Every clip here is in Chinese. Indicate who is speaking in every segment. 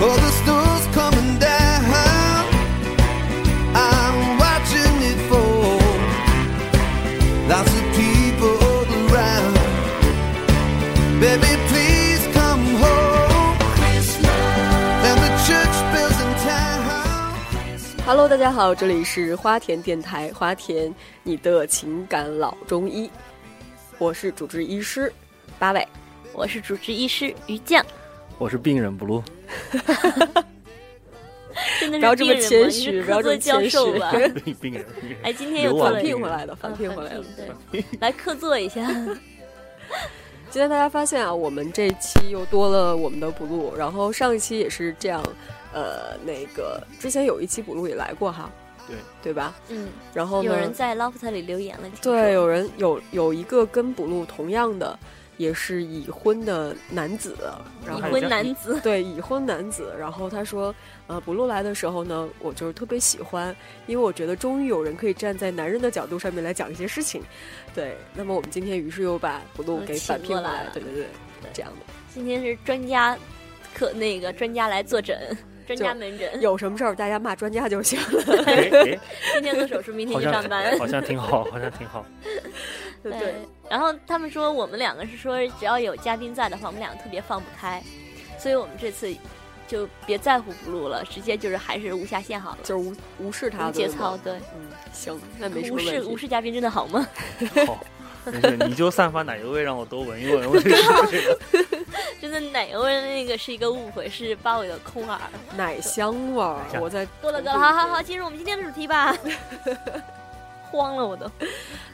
Speaker 1: Oh, the snow's coming down. I'm watching it fall. Lots of people all around. Baby, please come home. And the church bells in town.
Speaker 2: Hello，大家好，这里是花田电台，花田你的情感老中医，我是主治医师八尾。
Speaker 3: 我是主治医师于酱，
Speaker 4: 我是病人不录，
Speaker 3: 真的是
Speaker 2: 不要这么
Speaker 3: 病人吗
Speaker 2: 谦
Speaker 3: 你
Speaker 2: 虚
Speaker 3: 是
Speaker 2: 不要
Speaker 3: 客
Speaker 2: 这么
Speaker 3: 座教
Speaker 2: 谦
Speaker 3: 授
Speaker 2: 虚
Speaker 3: 吧？
Speaker 4: 病病人病人
Speaker 3: 哎，今天又
Speaker 4: 有
Speaker 3: 做了
Speaker 4: 啊
Speaker 2: 返
Speaker 3: 一
Speaker 2: 聘
Speaker 3: 个
Speaker 2: 回来的，返
Speaker 3: 啊
Speaker 2: 聘
Speaker 3: 返
Speaker 2: 回来的。
Speaker 3: 对，来客座 一下，嗯
Speaker 2: 今天大家发现啊，我们这一期又多了我们的补录，然后上一期也是这样，呃，那个之前有一期补录也来过哈，
Speaker 4: 对
Speaker 2: 对吧？
Speaker 3: 嗯，
Speaker 2: 然后呢
Speaker 3: 有人在 Loft 里留言了，听
Speaker 2: 对，
Speaker 3: 说，
Speaker 2: 有人有有一个跟补录同样的，也是已婚的男子，然
Speaker 3: 已
Speaker 2: 后
Speaker 3: 婚男子，
Speaker 2: 对已婚男子，然后他说，呃，补录来的时候呢，我就是特别喜欢，因为我觉得终于有人可以站在男人的角度上面来讲一些事情。对，那么我们今天于是又把补录
Speaker 3: 嗯
Speaker 2: 给
Speaker 3: 请
Speaker 2: 返聘
Speaker 3: 过
Speaker 2: 回
Speaker 3: 来
Speaker 2: 来，
Speaker 3: 了
Speaker 2: 对对对，
Speaker 3: 对嗯
Speaker 2: 这样的。
Speaker 3: 今天是专家客那个专家来坐诊，专家门诊，
Speaker 2: 有什么事儿大家骂专家就行了。
Speaker 4: 哎
Speaker 3: 今天做手术，明
Speaker 4: 哎
Speaker 3: 天
Speaker 4: 好
Speaker 3: 去上班
Speaker 4: 像。好像挺好，好像 挺好。
Speaker 2: 对
Speaker 3: 对，然后他们说我们两个是说，只要有嘉宾在的话，我们两个特别放不开，所以我们这次就别在乎不录了，直接就是还是无下限好了，
Speaker 2: 就是无无视他的
Speaker 3: 无节操，。对，
Speaker 2: 对吗嗯，行，那没什么
Speaker 3: 无
Speaker 2: 问
Speaker 3: 视
Speaker 2: 题。
Speaker 3: 无视嘉宾真的好吗？
Speaker 4: 好，没事，你就散发奶油味让我多闻一闻，我 就觉得
Speaker 3: 真的奶油味那个是一个误会，是八尾的空耳。
Speaker 2: 奶香味儿
Speaker 4: 奶，香
Speaker 2: 我在
Speaker 3: 够了够了，好好好，进入我们今天的主题吧。慌了我都，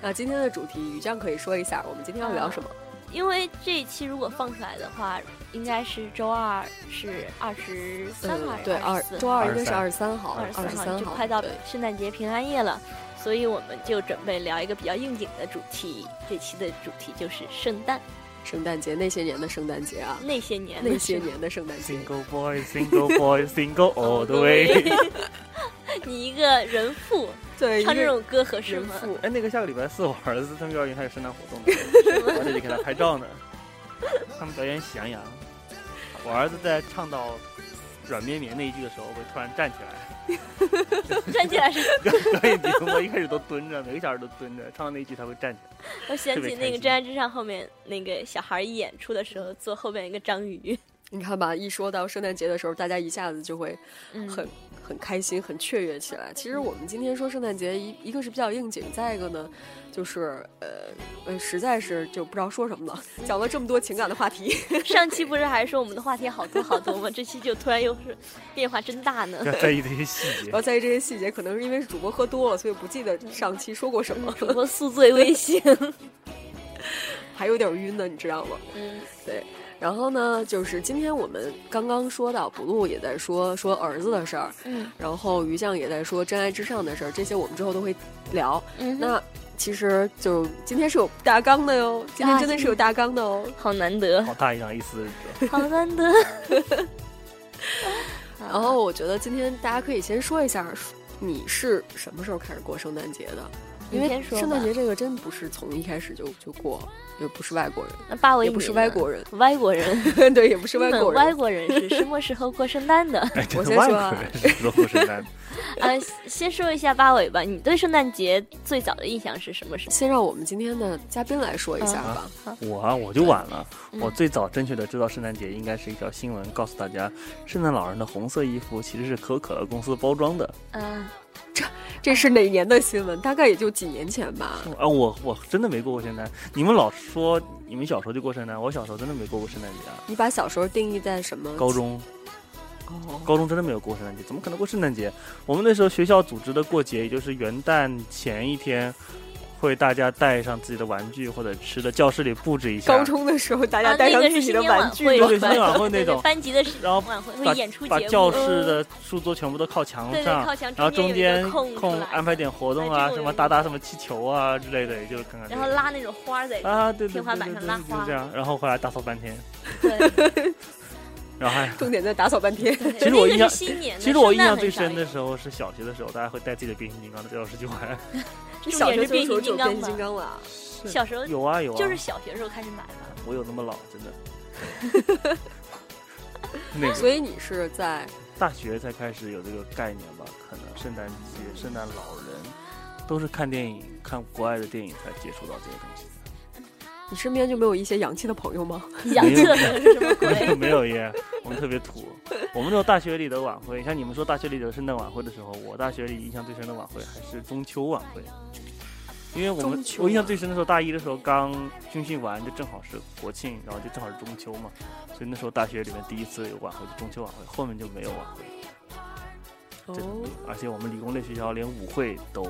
Speaker 2: 那今天的主题，于酱可以说一下，我们今天要聊什么？
Speaker 3: 因为这一期如果放出来的话，应该是周二是二十呃三
Speaker 2: 嗯
Speaker 3: 还是
Speaker 2: 对，二
Speaker 3: 四？
Speaker 2: 周二应该是二
Speaker 4: 23
Speaker 2: 十三号，
Speaker 3: 二
Speaker 2: 二
Speaker 3: 十三
Speaker 2: 十
Speaker 3: 号
Speaker 2: 三
Speaker 3: 就
Speaker 2: 号，
Speaker 3: 快到
Speaker 2: 对
Speaker 3: 圣诞节平安夜了，所以我们就准备聊一个比较应景的主题。这期的主题就是圣诞
Speaker 2: 圣诞节那些年的圣诞节啊，
Speaker 3: 那些年 的
Speaker 2: 那些
Speaker 3: 圣诞
Speaker 2: 年的圣诞 节，
Speaker 4: single boy single boy single all the
Speaker 3: 哦
Speaker 4: way。
Speaker 3: 你一个人父
Speaker 2: 对，
Speaker 3: 唱
Speaker 2: 因
Speaker 3: 这
Speaker 2: 为
Speaker 3: 种歌合适
Speaker 2: 哎人
Speaker 3: 吗？
Speaker 2: 父
Speaker 4: 哎，那个下个礼拜四我儿子他们表演还有圣诞活动呢，我还得给他拍照呢。他们表演《喜羊羊》，我儿子在唱到软绵绵那一句的时候，会突然站起 来。
Speaker 3: 站起来是
Speaker 4: 表演节目我一开始都蹲着，每个小时都蹲着，唱到那一句他会站起来。
Speaker 3: 我想
Speaker 4: 特别
Speaker 3: 起
Speaker 4: 开
Speaker 3: 那个《
Speaker 4: 心
Speaker 3: 真爱至上》后面那个小孩一演出的时候，坐后面一个章鱼，
Speaker 2: 你看吧，一说到圣诞节的时候，大家一下子就会
Speaker 3: 嗯
Speaker 2: 很很开心、很雀跃起来。其实我们今天说圣诞节，一一个是比较应景，再一个呢，就是呃呃，实在是就不知道说什么了，讲了这么多情感的话题，
Speaker 3: 上期不是还说我们的话题好多好多吗？这期就突然又是变化真大呢
Speaker 4: 不。要在意这些细节
Speaker 2: 然后。在意这些细节，可能是因为是主播喝多了，所以不记得上期说过什么，
Speaker 3: 主播宿醉危险。
Speaker 2: 还有点晕呢，你知道吗？
Speaker 3: 嗯，
Speaker 2: 然后呢，就是今天我们刚刚说到，补录也在说说儿子的事儿，
Speaker 3: 嗯，
Speaker 2: 然后于酱也在说真爱至上的事儿，这些我们之后都会聊。
Speaker 3: 嗯
Speaker 2: 那其实就今天是有大纲的哟，今
Speaker 3: 啊
Speaker 2: 天真的是
Speaker 3: 嗯
Speaker 2: 有大纲的哦。
Speaker 3: 好难得，
Speaker 4: 好大一张 A 四纸，
Speaker 3: 好难得。
Speaker 2: 然后我觉得今天大家可以先说一下，你是什么时候开始过圣诞节的？因
Speaker 3: 你
Speaker 2: 为
Speaker 3: 先说吧
Speaker 2: 圣诞节这个真不是从一开始就就过，也不是外国人，
Speaker 3: 那八维
Speaker 2: 也不是外国人，
Speaker 3: 人，外国 人，
Speaker 2: 对，也不是
Speaker 3: 日
Speaker 2: 外
Speaker 3: 本
Speaker 2: 国
Speaker 3: 外
Speaker 2: 人。
Speaker 3: 国人是什么时候过圣诞的？
Speaker 4: 哎，真
Speaker 2: 我
Speaker 4: 的
Speaker 2: 先
Speaker 4: 外
Speaker 2: 说
Speaker 4: 国
Speaker 2: 啊
Speaker 4: 人是说不 圣诞，
Speaker 3: 呃，先说一下八尾吧，你对圣诞节最早的印象是什么时候？
Speaker 2: 先让我们今天的嘉宾来说一下吧。
Speaker 4: 我啊我就晚了。
Speaker 3: 嗯
Speaker 4: 我最早正确的知道圣诞节应该是一条新闻，告诉大家圣诞老人的红色衣服其实是可口可乐公司包装的。
Speaker 3: 嗯，
Speaker 2: 这是哪年的新闻？大概也就几年前吧。
Speaker 4: 啊，我我真的没过过圣诞。你们老说你们小时候就过圣诞，我小时候真的没过过圣诞节啊。
Speaker 2: 你把小时候定义在什么？
Speaker 4: 高中
Speaker 2: 哦，
Speaker 4: 高中真的没有过圣诞节，怎么可能过圣诞节？我们那时候学校组织的过节，也就是元旦前一天。会大家带上自己的玩具或者吃的，教室里布置一下。
Speaker 2: 高中的时候，大
Speaker 3: 啊
Speaker 2: 家带上
Speaker 3: 那个是
Speaker 2: 自己的
Speaker 3: 新年
Speaker 2: 玩
Speaker 3: 晚
Speaker 2: 具
Speaker 3: 会
Speaker 2: 吗
Speaker 4: 对对，新年晚会那
Speaker 3: 对
Speaker 4: 种
Speaker 3: 对，班级的是
Speaker 4: 然后
Speaker 3: 晚会
Speaker 4: 把
Speaker 3: 会演出节
Speaker 4: 把
Speaker 3: 目，嗯
Speaker 4: 教室的书桌全部都靠墙
Speaker 3: 对对
Speaker 4: 上，
Speaker 3: 靠墙
Speaker 4: 然后
Speaker 3: 中
Speaker 4: 中
Speaker 3: 间有
Speaker 4: 间
Speaker 3: 一个空出
Speaker 4: 空
Speaker 3: 来
Speaker 4: 安排点活动
Speaker 3: 哎这个
Speaker 4: 啊，
Speaker 3: 我
Speaker 4: 什
Speaker 3: 有
Speaker 4: 么
Speaker 3: 印
Speaker 4: 打打什么气球啊之类的，也就看看这
Speaker 3: 然
Speaker 4: 个。
Speaker 3: 后拉那种花儿在
Speaker 4: 啊，对对对
Speaker 3: 天花
Speaker 4: 对
Speaker 3: 板上
Speaker 4: 对对，
Speaker 3: 拉
Speaker 4: 就
Speaker 3: 花
Speaker 4: 这样，然后回来打扫半天。
Speaker 3: 对，
Speaker 4: 然后还，
Speaker 2: 重点在打扫半天。
Speaker 4: 其实我印象
Speaker 3: 那个是新年的，
Speaker 4: 其实我印象
Speaker 3: 圣诞
Speaker 4: 最
Speaker 3: 很少
Speaker 4: 深的
Speaker 3: 有
Speaker 4: 时候是小学的时候，大家会带自己的变形金刚到教室去玩。
Speaker 2: 这
Speaker 3: 重
Speaker 2: 小
Speaker 3: 点
Speaker 2: 学
Speaker 3: 是变
Speaker 2: 就
Speaker 3: 形
Speaker 2: 是有
Speaker 3: 金
Speaker 2: 变
Speaker 3: 刚
Speaker 2: 形
Speaker 3: 吧
Speaker 2: 金刚了，
Speaker 3: 小时候
Speaker 4: 有啊有啊，
Speaker 3: 嗯就是小学时候开始买 吧，
Speaker 4: 我有那么老，真的。 那个
Speaker 2: 所以你是在
Speaker 4: 大学才开始有这个概念吧？可能圣诞节、圣诞老人都是看电影、看国外的电影才接触到这些东西。
Speaker 2: 你身边就没有一些洋气的朋友吗？
Speaker 3: 洋气的是什么
Speaker 4: 没
Speaker 3: 鬼
Speaker 4: 有？没有耶，我们特别土。我们那种大学里的晚会，像你们说大学里的圣诞晚会的时候，我大学里印象最深的晚会还是中秋晚会，因为我们
Speaker 2: 中秋
Speaker 4: 我印
Speaker 3: 啊
Speaker 4: 象最深的时候，大一的时候刚军训完，就正好是国庆，然后就正好是中秋嘛，所以那时候大学里面第一次有晚会，就中秋晚会，后面就没有晚会，
Speaker 2: 哦
Speaker 4: 真，
Speaker 3: 哦
Speaker 4: 的。而且我们理工类学校连舞会都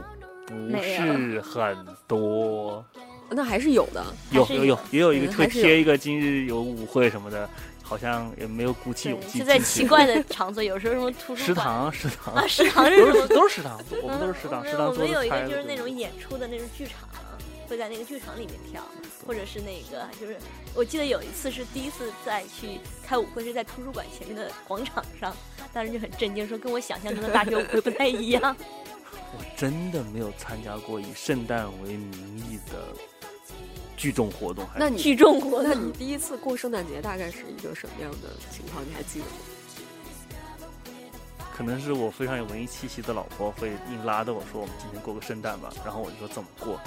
Speaker 4: 不
Speaker 3: 没有
Speaker 4: 是很多。
Speaker 2: 那还是有的。
Speaker 4: 有
Speaker 3: 还是
Speaker 4: 有
Speaker 3: 有
Speaker 4: 有，也有一个
Speaker 2: 嗯
Speaker 4: 会
Speaker 2: 还是
Speaker 4: 贴一个今日有舞会什么的，好像也没有鼓起 勇
Speaker 3: 对
Speaker 4: 气
Speaker 3: 就在
Speaker 4: 进去
Speaker 3: 奇怪的场所，有时候什么图
Speaker 4: 食
Speaker 3: 书馆
Speaker 4: 堂食堂
Speaker 3: 啊，食堂是什
Speaker 4: 都
Speaker 3: 么
Speaker 4: 是？都是食堂， 我们都是食
Speaker 3: 嗯我
Speaker 4: 堂，
Speaker 3: 们
Speaker 4: 食堂
Speaker 3: 我
Speaker 4: 桌
Speaker 3: 们有
Speaker 4: 子
Speaker 3: 一
Speaker 4: 开
Speaker 3: 个
Speaker 4: 的
Speaker 3: 就是
Speaker 4: 对
Speaker 3: 那
Speaker 4: 对
Speaker 3: 种
Speaker 4: 对
Speaker 3: 演出的那种剧场，啊会在那个剧场里面跳，或者是那个就是我记得有一次是第一次在去开舞会是在图书馆前面的广场上，当时就很震惊，说跟我想象中的大学舞会不太一 样。
Speaker 4: 我真的没有参加过以圣诞为名义的聚众活动，还
Speaker 2: 那
Speaker 4: 是
Speaker 2: 你
Speaker 3: 聚众活
Speaker 2: 那
Speaker 3: 动
Speaker 2: 你第一次过圣诞节大概是一个什么样的情况？你还记得吗？
Speaker 4: 可能是我非常有文艺气息的老婆会硬拉着我说我们今天过个圣诞吧，然后我就说怎么过。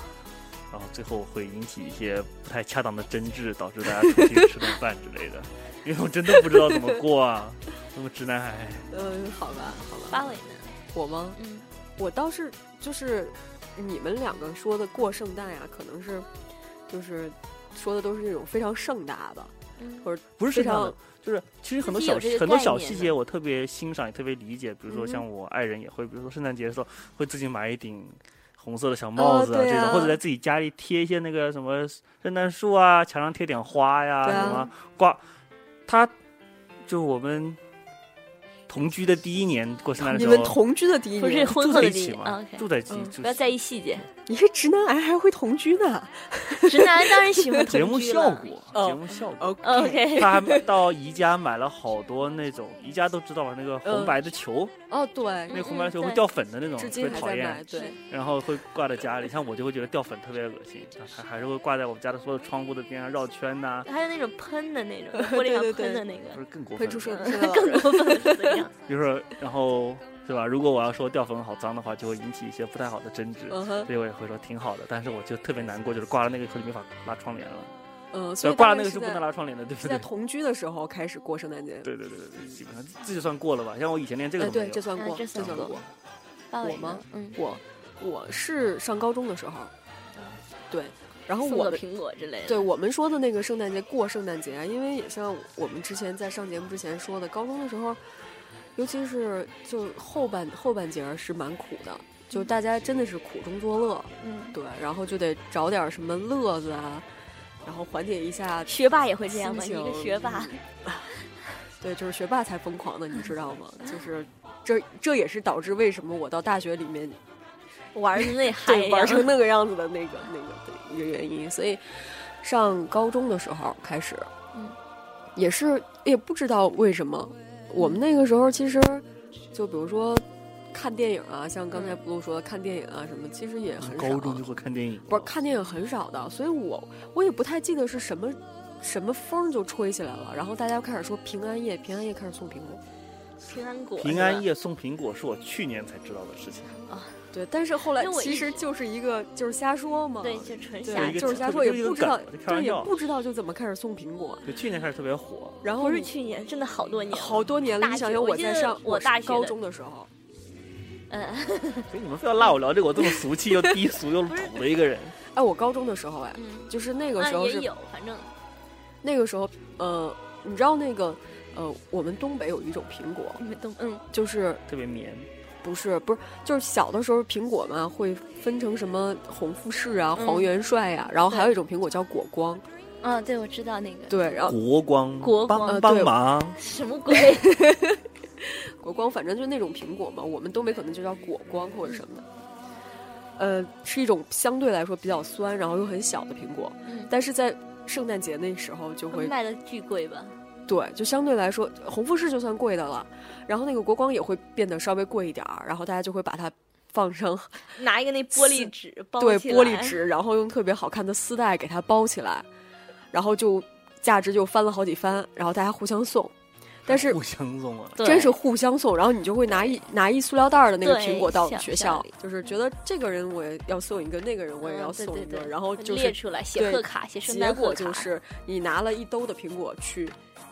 Speaker 4: 然后最后会引起一些不太恰当的争执，导致大家出去吃顿饭之类的， 因为我真的不知道怎么过啊，那么直男癌。
Speaker 2: 嗯，好吧，好吧。
Speaker 3: 八尾呢？
Speaker 2: 我吗？
Speaker 3: 嗯，
Speaker 2: 我倒是就是你们两个说的过圣诞呀，可能是就是说的都是那种非常盛大的，
Speaker 3: 嗯
Speaker 2: 或者
Speaker 4: 不是
Speaker 2: 非
Speaker 4: 身上的
Speaker 2: 常，
Speaker 4: 就是其实很多
Speaker 3: 自己有
Speaker 4: 小
Speaker 3: 这个
Speaker 4: 很多
Speaker 3: 概
Speaker 4: 小
Speaker 3: 念
Speaker 4: 细
Speaker 3: 的
Speaker 4: 节我特别欣赏，也特别理解。比如说
Speaker 2: 嗯哼
Speaker 4: 像我爱人也会，比如说圣诞节的时候会自己买一顶红色的
Speaker 3: 哦
Speaker 4: 小帽子
Speaker 2: 对
Speaker 4: 这种，或者
Speaker 2: 啊
Speaker 4: 在自己家里贴一些那个什么圣诞树啊，墙上贴点花呀，
Speaker 2: 对
Speaker 4: 什
Speaker 2: 啊
Speaker 4: 么挂。他就是我们同居的第一年过圣诞的
Speaker 2: 你
Speaker 4: 时
Speaker 2: 们
Speaker 4: 候，
Speaker 2: 同居的第一
Speaker 3: 不是
Speaker 2: 年，
Speaker 3: 婚
Speaker 4: 住
Speaker 3: 后
Speaker 4: 在
Speaker 3: 的
Speaker 4: 一
Speaker 3: 第一
Speaker 4: 起
Speaker 3: 啊
Speaker 4: 嘛，
Speaker 3: ，OK
Speaker 4: 住在一起
Speaker 2: 嗯
Speaker 4: 就
Speaker 3: 不要
Speaker 4: 是
Speaker 3: 在意细 节，
Speaker 2: 你是直男癌还会同居呢
Speaker 3: 直男当然喜欢
Speaker 4: 节目
Speaker 3: 同居
Speaker 4: 效
Speaker 3: 了
Speaker 4: 果，
Speaker 2: 哦
Speaker 4: 节目效果。
Speaker 3: OK，
Speaker 4: 他还到宜家买了好多那种，宜家都知道吧那个红
Speaker 2: 嗯
Speaker 4: 白的球，
Speaker 2: 哦，对，
Speaker 4: 那
Speaker 3: 嗯
Speaker 4: 红白
Speaker 3: 嗯
Speaker 4: 球会
Speaker 3: 对
Speaker 4: 掉粉的那种，
Speaker 2: 至
Speaker 4: 特
Speaker 2: 今
Speaker 4: 别
Speaker 2: 还
Speaker 4: 讨
Speaker 2: 在买，
Speaker 4: 厌。
Speaker 2: 对，
Speaker 4: 然后会挂在家里，像我就会觉得掉粉特别恶心，还还是会挂在我们家的所有窗户的边上绕圈呐、
Speaker 3: 还有那种喷的那 种，玻
Speaker 2: 对
Speaker 3: 璃
Speaker 2: 对
Speaker 3: 上
Speaker 2: 对
Speaker 3: 喷的那
Speaker 4: 不
Speaker 3: 个，
Speaker 4: 是更过
Speaker 2: 会
Speaker 4: 分
Speaker 2: 出
Speaker 4: 了。
Speaker 2: 生
Speaker 4: 吗？
Speaker 2: 生了老
Speaker 3: 更
Speaker 2: 人
Speaker 3: 过分了是怎样？
Speaker 4: 就是说然后是吧？如果我要说掉粉好脏的话，就会引起一些不太好的争执。
Speaker 2: 嗯哼，
Speaker 4: 所以我也会说挺好的，但是我就特别难过，就是挂了那个以后就没法拉窗帘了。
Speaker 2: 嗯，
Speaker 4: 所
Speaker 2: 所
Speaker 4: 以
Speaker 2: 以
Speaker 4: 挂了
Speaker 2: 大概
Speaker 4: 那个
Speaker 2: 是
Speaker 4: 是不能
Speaker 2: 在
Speaker 4: 拉窗帘的，对不
Speaker 2: 是在
Speaker 4: 对？
Speaker 2: 同居的时候开始过圣诞节，
Speaker 4: 对对对对对，基本上这就算过了吧。像我以前连这个
Speaker 2: 哎，
Speaker 4: 都没有。
Speaker 2: 对，这算
Speaker 3: 嗯
Speaker 2: 过，
Speaker 3: 这
Speaker 2: 算
Speaker 3: 算过
Speaker 2: 过。
Speaker 3: 八尾
Speaker 2: 我吗
Speaker 3: 呢？嗯，
Speaker 2: 我我是上高中的时候，对，然后
Speaker 3: 啊送
Speaker 2: 我
Speaker 3: 个
Speaker 2: 的
Speaker 3: 苹果之类的。
Speaker 2: 对我们说的那个圣诞节过圣诞节啊，因为也像我们之前在上节目之前说的，高中的时候，尤其是就后半后半截儿是蛮苦的，就大家真的是苦中作乐，
Speaker 3: 嗯，
Speaker 2: 对，然后就得找点什么乐子啊，然后缓解一下
Speaker 3: 学霸也会这样吗？你
Speaker 2: 心
Speaker 3: 一
Speaker 2: 情
Speaker 3: 个学霸，
Speaker 2: 嗯对，就是学霸才疯狂的，你知道吗？就是这这也是导致为什么我到大学里面
Speaker 3: 玩的那嗨
Speaker 2: 对
Speaker 3: 呀，
Speaker 2: 玩成那个样子的那个那个的一个原因，所以上高中的时候开始，
Speaker 3: 嗯，
Speaker 2: 也是也不知道为什么，我们那个时候其实就比如说看电影啊，像刚才
Speaker 3: 嗯
Speaker 2: 不露说的看电影啊什么，其实也很少，
Speaker 4: 高中就会看电影，
Speaker 2: 不是看电影很少的，所以我我也不太记得是什么什么风就吹起来了，然后大家开始说平安夜，平安夜开始送苹果，
Speaker 3: 平安果，
Speaker 4: 平安。夜送苹果是我去年才知道的事情。
Speaker 2: 对，但是后来
Speaker 3: 那我一
Speaker 2: 其实就是一个就是瞎说嘛，
Speaker 3: 对，就纯
Speaker 2: 对
Speaker 3: 瞎
Speaker 4: 一个
Speaker 2: 就是
Speaker 3: 说。
Speaker 2: 瞎说，也不知道
Speaker 4: 特别就是一个梗就，开
Speaker 2: 对，
Speaker 4: 玩
Speaker 2: 也
Speaker 4: 笑
Speaker 2: 不知道就怎么开始送苹果，
Speaker 4: 就去年开始特别火，
Speaker 2: 然后
Speaker 3: 不是
Speaker 2: 你
Speaker 3: 去年，真的嗯好多年了。
Speaker 2: 好多年了。
Speaker 3: 大
Speaker 2: 你想
Speaker 3: 学
Speaker 2: 想
Speaker 3: 我记
Speaker 2: 在
Speaker 3: 得
Speaker 2: 上
Speaker 3: 我
Speaker 2: 上
Speaker 3: 大学
Speaker 2: 高
Speaker 3: 的
Speaker 2: 中的时候，
Speaker 3: 嗯，
Speaker 4: 所以你们非要拉我聊这个我这么俗气又低俗又土的一个 人，
Speaker 2: 哎，我高中的时候哎，
Speaker 3: 嗯，
Speaker 2: 就是那个
Speaker 3: 啊
Speaker 2: 时候
Speaker 3: 也
Speaker 2: 是
Speaker 3: 有，反正
Speaker 2: 那个时候呃，你知道那个呃，我们东北有一种苹果，
Speaker 3: 你们都嗯，
Speaker 2: 就是
Speaker 4: 特别绵。
Speaker 2: 不是不是，就是小的时候苹果嘛，会分成什么红富士啊、
Speaker 3: 嗯
Speaker 2: 黄元帅呀、然后还有
Speaker 3: 对
Speaker 2: 一种苹果叫果光，
Speaker 3: 啊，对，我知道那个
Speaker 2: 对，然后
Speaker 4: 呃国光，
Speaker 3: 国光
Speaker 4: 帮
Speaker 2: 呃
Speaker 4: 帮
Speaker 2: 对
Speaker 4: 忙，
Speaker 3: 什么 鬼？
Speaker 2: 果光，反正就是那种苹果嘛，我们东北可能就叫果光或者什么的。呃，是一种相对来说比较酸，然后又很小的苹果，
Speaker 3: 嗯
Speaker 2: 但是在圣诞节那时候就会
Speaker 3: 卖的巨贵吧？
Speaker 2: 对，就相对来说，红富士就算贵的了，然后那个国光也会变得稍微贵一点儿，然后大家就会把它放上
Speaker 3: 拿一个那玻璃纸包
Speaker 2: 对
Speaker 3: 起
Speaker 2: 玻璃
Speaker 3: 来，
Speaker 2: 纸，然后用特别好看的丝带给它包起来，然后就价值就翻了好几番，然后大家互相送，但是
Speaker 4: 互相送 啊，
Speaker 3: 对嗯
Speaker 2: 真是互相送，然后你就会拿一拿一塑料袋儿的那个
Speaker 3: 对
Speaker 2: 苹果到
Speaker 3: 想
Speaker 2: 学
Speaker 3: 象
Speaker 2: 校
Speaker 3: 力，
Speaker 2: 就是觉得这个人我也要送一个，那个人我也
Speaker 3: 嗯
Speaker 2: 要
Speaker 3: 对
Speaker 2: 送
Speaker 3: 对
Speaker 2: 一个，
Speaker 3: 对
Speaker 2: 然后就
Speaker 3: 列
Speaker 2: 是
Speaker 3: 出来写
Speaker 2: 对
Speaker 3: 贺卡，写圣
Speaker 2: 结
Speaker 3: 诞贺
Speaker 2: 果
Speaker 3: 卡，
Speaker 2: 就是你拿了一兜的苹果去，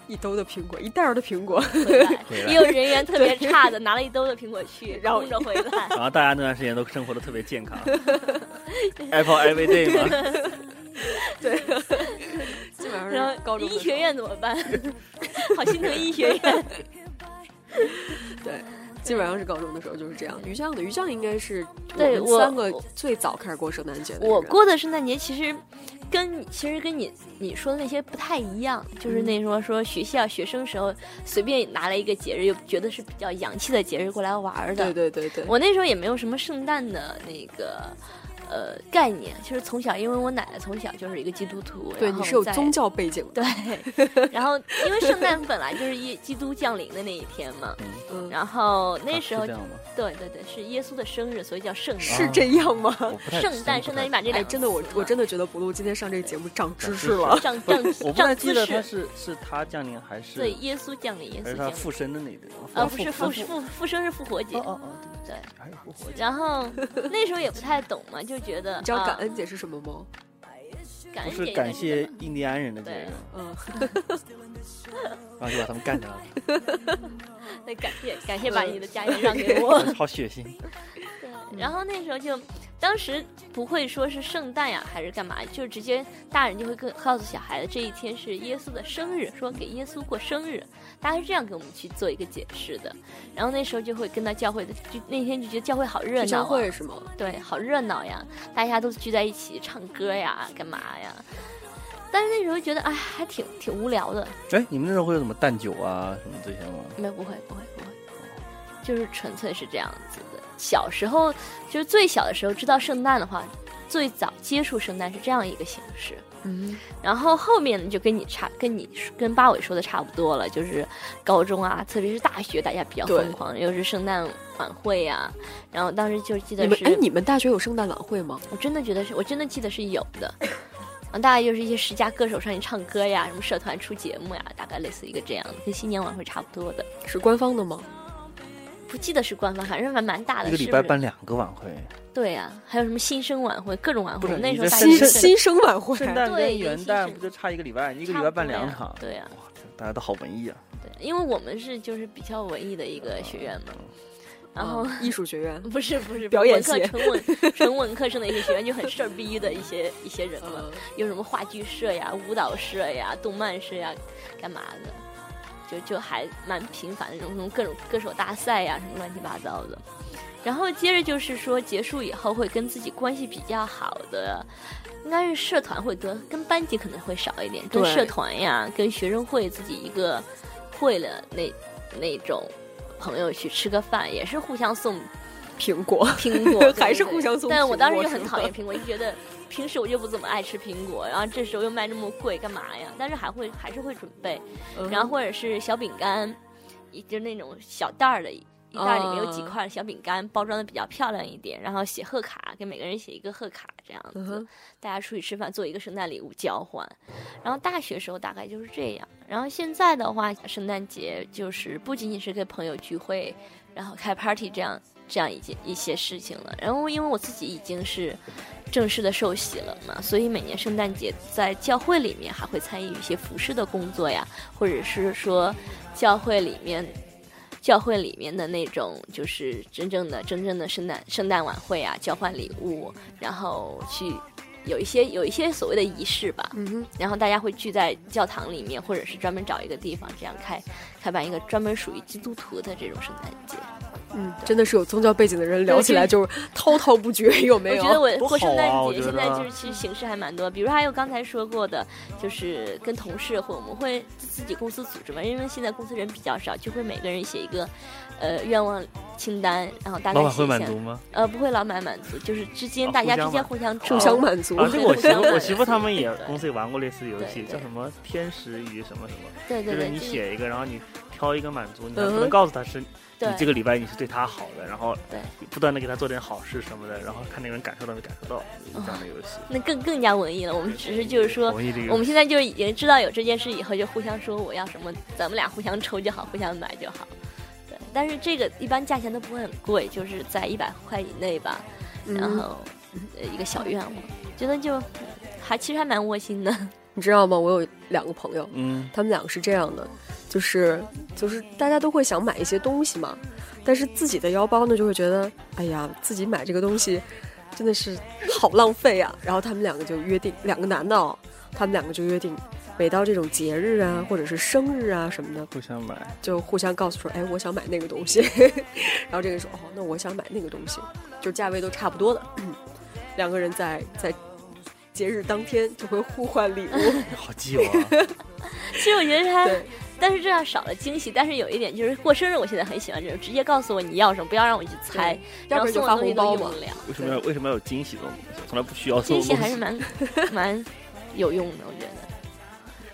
Speaker 2: 一兜的苹果，一袋儿的苹 果，
Speaker 3: 回来
Speaker 4: 回来
Speaker 3: 也有人缘特别差的，拿了一兜的苹果去，
Speaker 2: 然后
Speaker 3: 空着回来。
Speaker 4: 然后大家那段时间都生活的特别健 康，Apple every day 嘛，
Speaker 2: 对，基本
Speaker 3: 然
Speaker 2: 上
Speaker 3: 后
Speaker 2: 是高中的
Speaker 3: 医
Speaker 2: 时候
Speaker 3: 学院怎么办？ 好心疼医学院。
Speaker 2: 对，基本上是高中的时候就是这样。于酱的于酱应该是我
Speaker 3: 对
Speaker 2: 们
Speaker 3: 我
Speaker 2: 三个最早开始过圣诞节的人。
Speaker 3: 我过的圣诞节其实跟你其实跟你你说的那些不太一样，就是那什么说学校学生时候随便拿了一个节日，又觉得是比较洋气的节日过来玩儿的。
Speaker 2: 对对对对，
Speaker 3: 我那时候也没有什么圣诞的那个。呃，概念就是从小，因为我奶奶从小就是一个基督徒，
Speaker 2: 对
Speaker 3: 然后
Speaker 2: 你是有
Speaker 3: 在
Speaker 2: 宗教背景的，
Speaker 3: 对， 然后因为圣诞本来就是耶基督降临的那一天嘛，
Speaker 2: 嗯，
Speaker 3: 然后那时
Speaker 4: 啊
Speaker 3: 候
Speaker 4: 是这样吗？
Speaker 3: 对对对，是耶稣的生日，所以叫圣诞。
Speaker 2: 是这样吗？
Speaker 4: 我不太
Speaker 3: 圣诞，圣诞，你把这
Speaker 2: 哎，
Speaker 3: 两个
Speaker 2: 真的，我
Speaker 3: 词嘛啊
Speaker 2: 我真的觉得不录今天上这个节目长知识
Speaker 4: 长知识
Speaker 2: 了。
Speaker 3: 仗
Speaker 4: 不
Speaker 3: 仗
Speaker 4: 是 我不太
Speaker 3: 仗
Speaker 4: 记
Speaker 3: 姿
Speaker 4: 得他
Speaker 3: 势，
Speaker 4: 是是他降临还是
Speaker 3: 对，耶稣降临，耶
Speaker 4: 还
Speaker 3: 稣
Speaker 4: 是他呃
Speaker 3: 降临。
Speaker 4: 附身的那一个
Speaker 3: 啊，不是复
Speaker 4: 哦附
Speaker 3: 复复生是复活节
Speaker 4: 哦，哦哦，对
Speaker 3: 对。
Speaker 4: 还有复活节，
Speaker 3: 然后那时候也不太懂嘛，就觉得
Speaker 2: 你知道
Speaker 3: 啊
Speaker 2: 感恩节是什么吗？
Speaker 3: 感
Speaker 4: 不
Speaker 3: 恩
Speaker 4: 是
Speaker 3: 节
Speaker 4: 感谢
Speaker 3: 应
Speaker 4: 印第安人的节日
Speaker 3: 对，
Speaker 2: 嗯，
Speaker 4: 然后就把他们干掉了，
Speaker 3: 该是对感谢感
Speaker 4: 呃
Speaker 3: 谢把你的家园让给我。
Speaker 4: 好血腥。
Speaker 3: 然后那时候就，当时不会说是圣诞呀、还是干嘛，就直接大人就会跟告诉小孩子这一天是耶稣的生日，说给耶稣过生日，大家是这样给我们去做一个解释的。然后那时候就会跟到教会的，就那天就觉得教会好热
Speaker 2: 聚
Speaker 3: 闹、啊，
Speaker 2: 餐会是吗？
Speaker 3: 对，好热闹呀，大家都聚在一起唱歌呀，干嘛呀？但是那时候觉得哎，还挺挺无聊的，
Speaker 4: 哎，你们那时候会有什么蛋酒啊什么这些吗？
Speaker 3: 没不会不会不会，就是纯粹是这样子的。小时候就是最小的时候知道圣诞的话，最早接触圣诞是这样一个形式。
Speaker 2: 嗯，
Speaker 3: 然后后面呢，就跟你差跟你跟八尾说的差不多了，就是高中啊，特别是大学，大家比较
Speaker 2: 对
Speaker 3: 疯狂，又是圣诞晚会呀、然后当时就记
Speaker 2: 你
Speaker 3: 得
Speaker 2: 们
Speaker 3: 是，
Speaker 2: 哎，你们大学有圣诞晚会吗？
Speaker 3: 我真的觉得是我真的记得是有的。然后大概就是一些十佳歌手上去唱歌呀，什么社团出节目呀，大概类似一个这样的，跟新年晚会差不多的。
Speaker 2: 是官方的吗？
Speaker 3: 不记得是官方，反正蛮蛮大的，
Speaker 4: 一个礼
Speaker 3: 是
Speaker 4: 拜
Speaker 3: 不是
Speaker 4: 办两个晚会，
Speaker 3: 对呀、还有什么新生晚会，各种晚
Speaker 4: 不
Speaker 3: 会。
Speaker 4: 是
Speaker 3: 我们那
Speaker 4: 你
Speaker 3: 时候
Speaker 4: 这
Speaker 3: 大
Speaker 4: 圣
Speaker 2: 新
Speaker 3: 学
Speaker 4: 圣
Speaker 3: 生日
Speaker 2: 新生晚会，
Speaker 4: 圣诞
Speaker 3: 对
Speaker 4: 跟元
Speaker 3: 尤其
Speaker 4: 旦
Speaker 3: 是
Speaker 4: 不就差一个礼拜，你一个
Speaker 3: 差
Speaker 4: 礼
Speaker 3: 不
Speaker 4: 拜办
Speaker 3: 多呀
Speaker 4: 两场，
Speaker 3: 对呀、
Speaker 4: 哇，这大家都好文艺啊。
Speaker 3: 对，因为我们是就是比较文艺的一个学院嘛，
Speaker 4: 嗯
Speaker 3: 然后、
Speaker 2: 嗯艺术学院，
Speaker 3: 不是不是
Speaker 2: 表演
Speaker 3: 文科
Speaker 2: 系
Speaker 3: 纯文纯文科生的一些学院就很事儿逼的一些一些人嘛，
Speaker 2: 嗯，
Speaker 3: 有什么话剧社呀、舞蹈社呀、动漫社呀，干嘛的，就就还蛮频繁的那种那种各种歌手大赛呀，什么乱七八糟的。然后接着就是说，结束以后会跟自己关系比较好的，应该是社团会多，跟班级可能会少一点，跟
Speaker 2: 对
Speaker 3: 社团呀、跟学生会自己一个会了那那种朋友去吃个饭，也是互相送
Speaker 2: 苹果，
Speaker 3: 苹 果
Speaker 2: 还是
Speaker 3: 对对
Speaker 2: 互相送
Speaker 3: 但我当时
Speaker 2: 苹果
Speaker 3: 就很
Speaker 2: 是吗
Speaker 3: 讨厌苹果，就觉得平时我就不怎么爱吃苹果，然后这时候又卖那么贵，干嘛呀？但是还会还是会准备，
Speaker 2: 嗯
Speaker 3: 然后或者是小饼干，一就那种小袋儿的。一袋儿里面有几
Speaker 2: 啊
Speaker 3: 块小饼干，包装的比较漂亮一点，然后写贺卡，给每个人写一个贺卡，这样
Speaker 2: 嗯
Speaker 3: 子
Speaker 2: 哼，
Speaker 3: 大家出去吃饭做一个圣诞礼物交换。然后大学时候大概就是这样，然后现在的话，圣诞节就是不仅仅是跟朋友聚会，然后开 party 这样这样一件一些事情了。然后因为我自己已经是正式的受洗了嘛，所以每年圣诞节在教会里面还会参与一些服饰的工作呀，或者是说教会里面。教会里面的那种，就是真正的、真正的圣诞圣诞晚会啊，交换礼物，然后去有一些有一些所谓的仪式吧，
Speaker 2: 嗯哼，
Speaker 3: 然后大家会聚在教堂里面，或者是专门找一个地方，这样开开办一个专门属于基督徒的这种圣诞节。
Speaker 2: 嗯，真的是有宗教背景的人聊起来就是滔滔不绝，有没
Speaker 3: 我
Speaker 2: 有？
Speaker 3: 觉得我
Speaker 4: 哎多
Speaker 3: 过圣
Speaker 4: 好
Speaker 3: 诞
Speaker 4: 啊我
Speaker 3: 节、
Speaker 4: 觉
Speaker 3: 现在
Speaker 4: 得
Speaker 3: 就是其实形式还蛮多，比如还有刚才说过的，就是跟同事或我们会自己公司组织嘛，因为现在公司人比较少，就会每个人写一个呃愿望清单，然后大概
Speaker 4: 老板
Speaker 3: 写
Speaker 4: 会
Speaker 3: 一
Speaker 4: 满
Speaker 3: 下
Speaker 4: 足。吗？
Speaker 3: 呃，不会老板满足，就是之间
Speaker 4: 啊
Speaker 3: 大
Speaker 4: 互
Speaker 3: 家
Speaker 4: 相
Speaker 3: 之间
Speaker 4: 满
Speaker 3: 互相
Speaker 2: 互
Speaker 3: 助
Speaker 2: 相
Speaker 4: 哦
Speaker 2: 满足。
Speaker 4: 啊，这个我
Speaker 3: 互
Speaker 4: 媳
Speaker 3: 相
Speaker 4: 妇我
Speaker 3: 满
Speaker 4: 媳
Speaker 3: 足
Speaker 4: 妇他们也
Speaker 3: 对
Speaker 4: 公司也玩过类似的游
Speaker 3: 对
Speaker 4: 戏，
Speaker 3: 对
Speaker 4: 叫什么天使与什么什么，
Speaker 3: 对
Speaker 4: 就
Speaker 3: 对
Speaker 4: 是
Speaker 3: 对，
Speaker 4: 你
Speaker 3: 就是
Speaker 4: 写一个，然后你挑一个满足，你还
Speaker 2: 嗯
Speaker 4: 不
Speaker 2: 哼
Speaker 4: 能告诉他是你
Speaker 3: 对
Speaker 4: 这个礼拜你是对他好的，然后
Speaker 3: 对
Speaker 4: 不断的给他做点好事什么的，然后看那个人感受到没感受到，就是这样的游戏。
Speaker 3: 那更更加文艺了。我们只是就是说，
Speaker 4: 同意这个
Speaker 3: 嗯我们现在就已经知道有这件事以后，就互相说我要什么，咱们俩互相抽就好，互相买就好。对，但是这个一般价钱都不会很贵，就是在一百块以内吧。然
Speaker 2: 嗯，
Speaker 3: 后、呃一个小愿望，觉得就还其实还蛮窝 心的。
Speaker 2: 你知道吗？我有两个朋友，
Speaker 4: 嗯，
Speaker 2: 他们两个是这样的，就是就是大家都会想买一些东西嘛，但是自己的腰包呢就会觉得，哎呀，自己买这个东西真的是好浪费呀、然后他们两个就约定，两个男的哦，他们两个就约定，每到这种节日啊或者是生日啊什么的，
Speaker 4: 互相买。
Speaker 2: 就互相告诉说，哎，我想买那个东西， 然后这个人说，哦，那我想买那个东西，就价位都差不多的，两个人在在节日当天就会互换礼物，
Speaker 4: 好寂 寞啊！
Speaker 3: 其实我觉得还
Speaker 2: 对。
Speaker 3: 但是这样少了惊喜。但是有一点就是过生日，我现在很喜欢这种，直接告诉我你要什么，不要让我去猜
Speaker 2: 对，要不
Speaker 3: 然后
Speaker 2: 然就
Speaker 3: 送我
Speaker 2: 发
Speaker 3: 的东西
Speaker 2: 红
Speaker 3: 都
Speaker 2: 包
Speaker 3: 用
Speaker 2: 嘛
Speaker 3: 不了。
Speaker 4: 为什么要为什么要有惊喜这种东西？我从来不需要这种
Speaker 3: 惊喜
Speaker 4: 东
Speaker 3: 还是蛮
Speaker 4: 西。
Speaker 3: 蛮有用的，我觉得。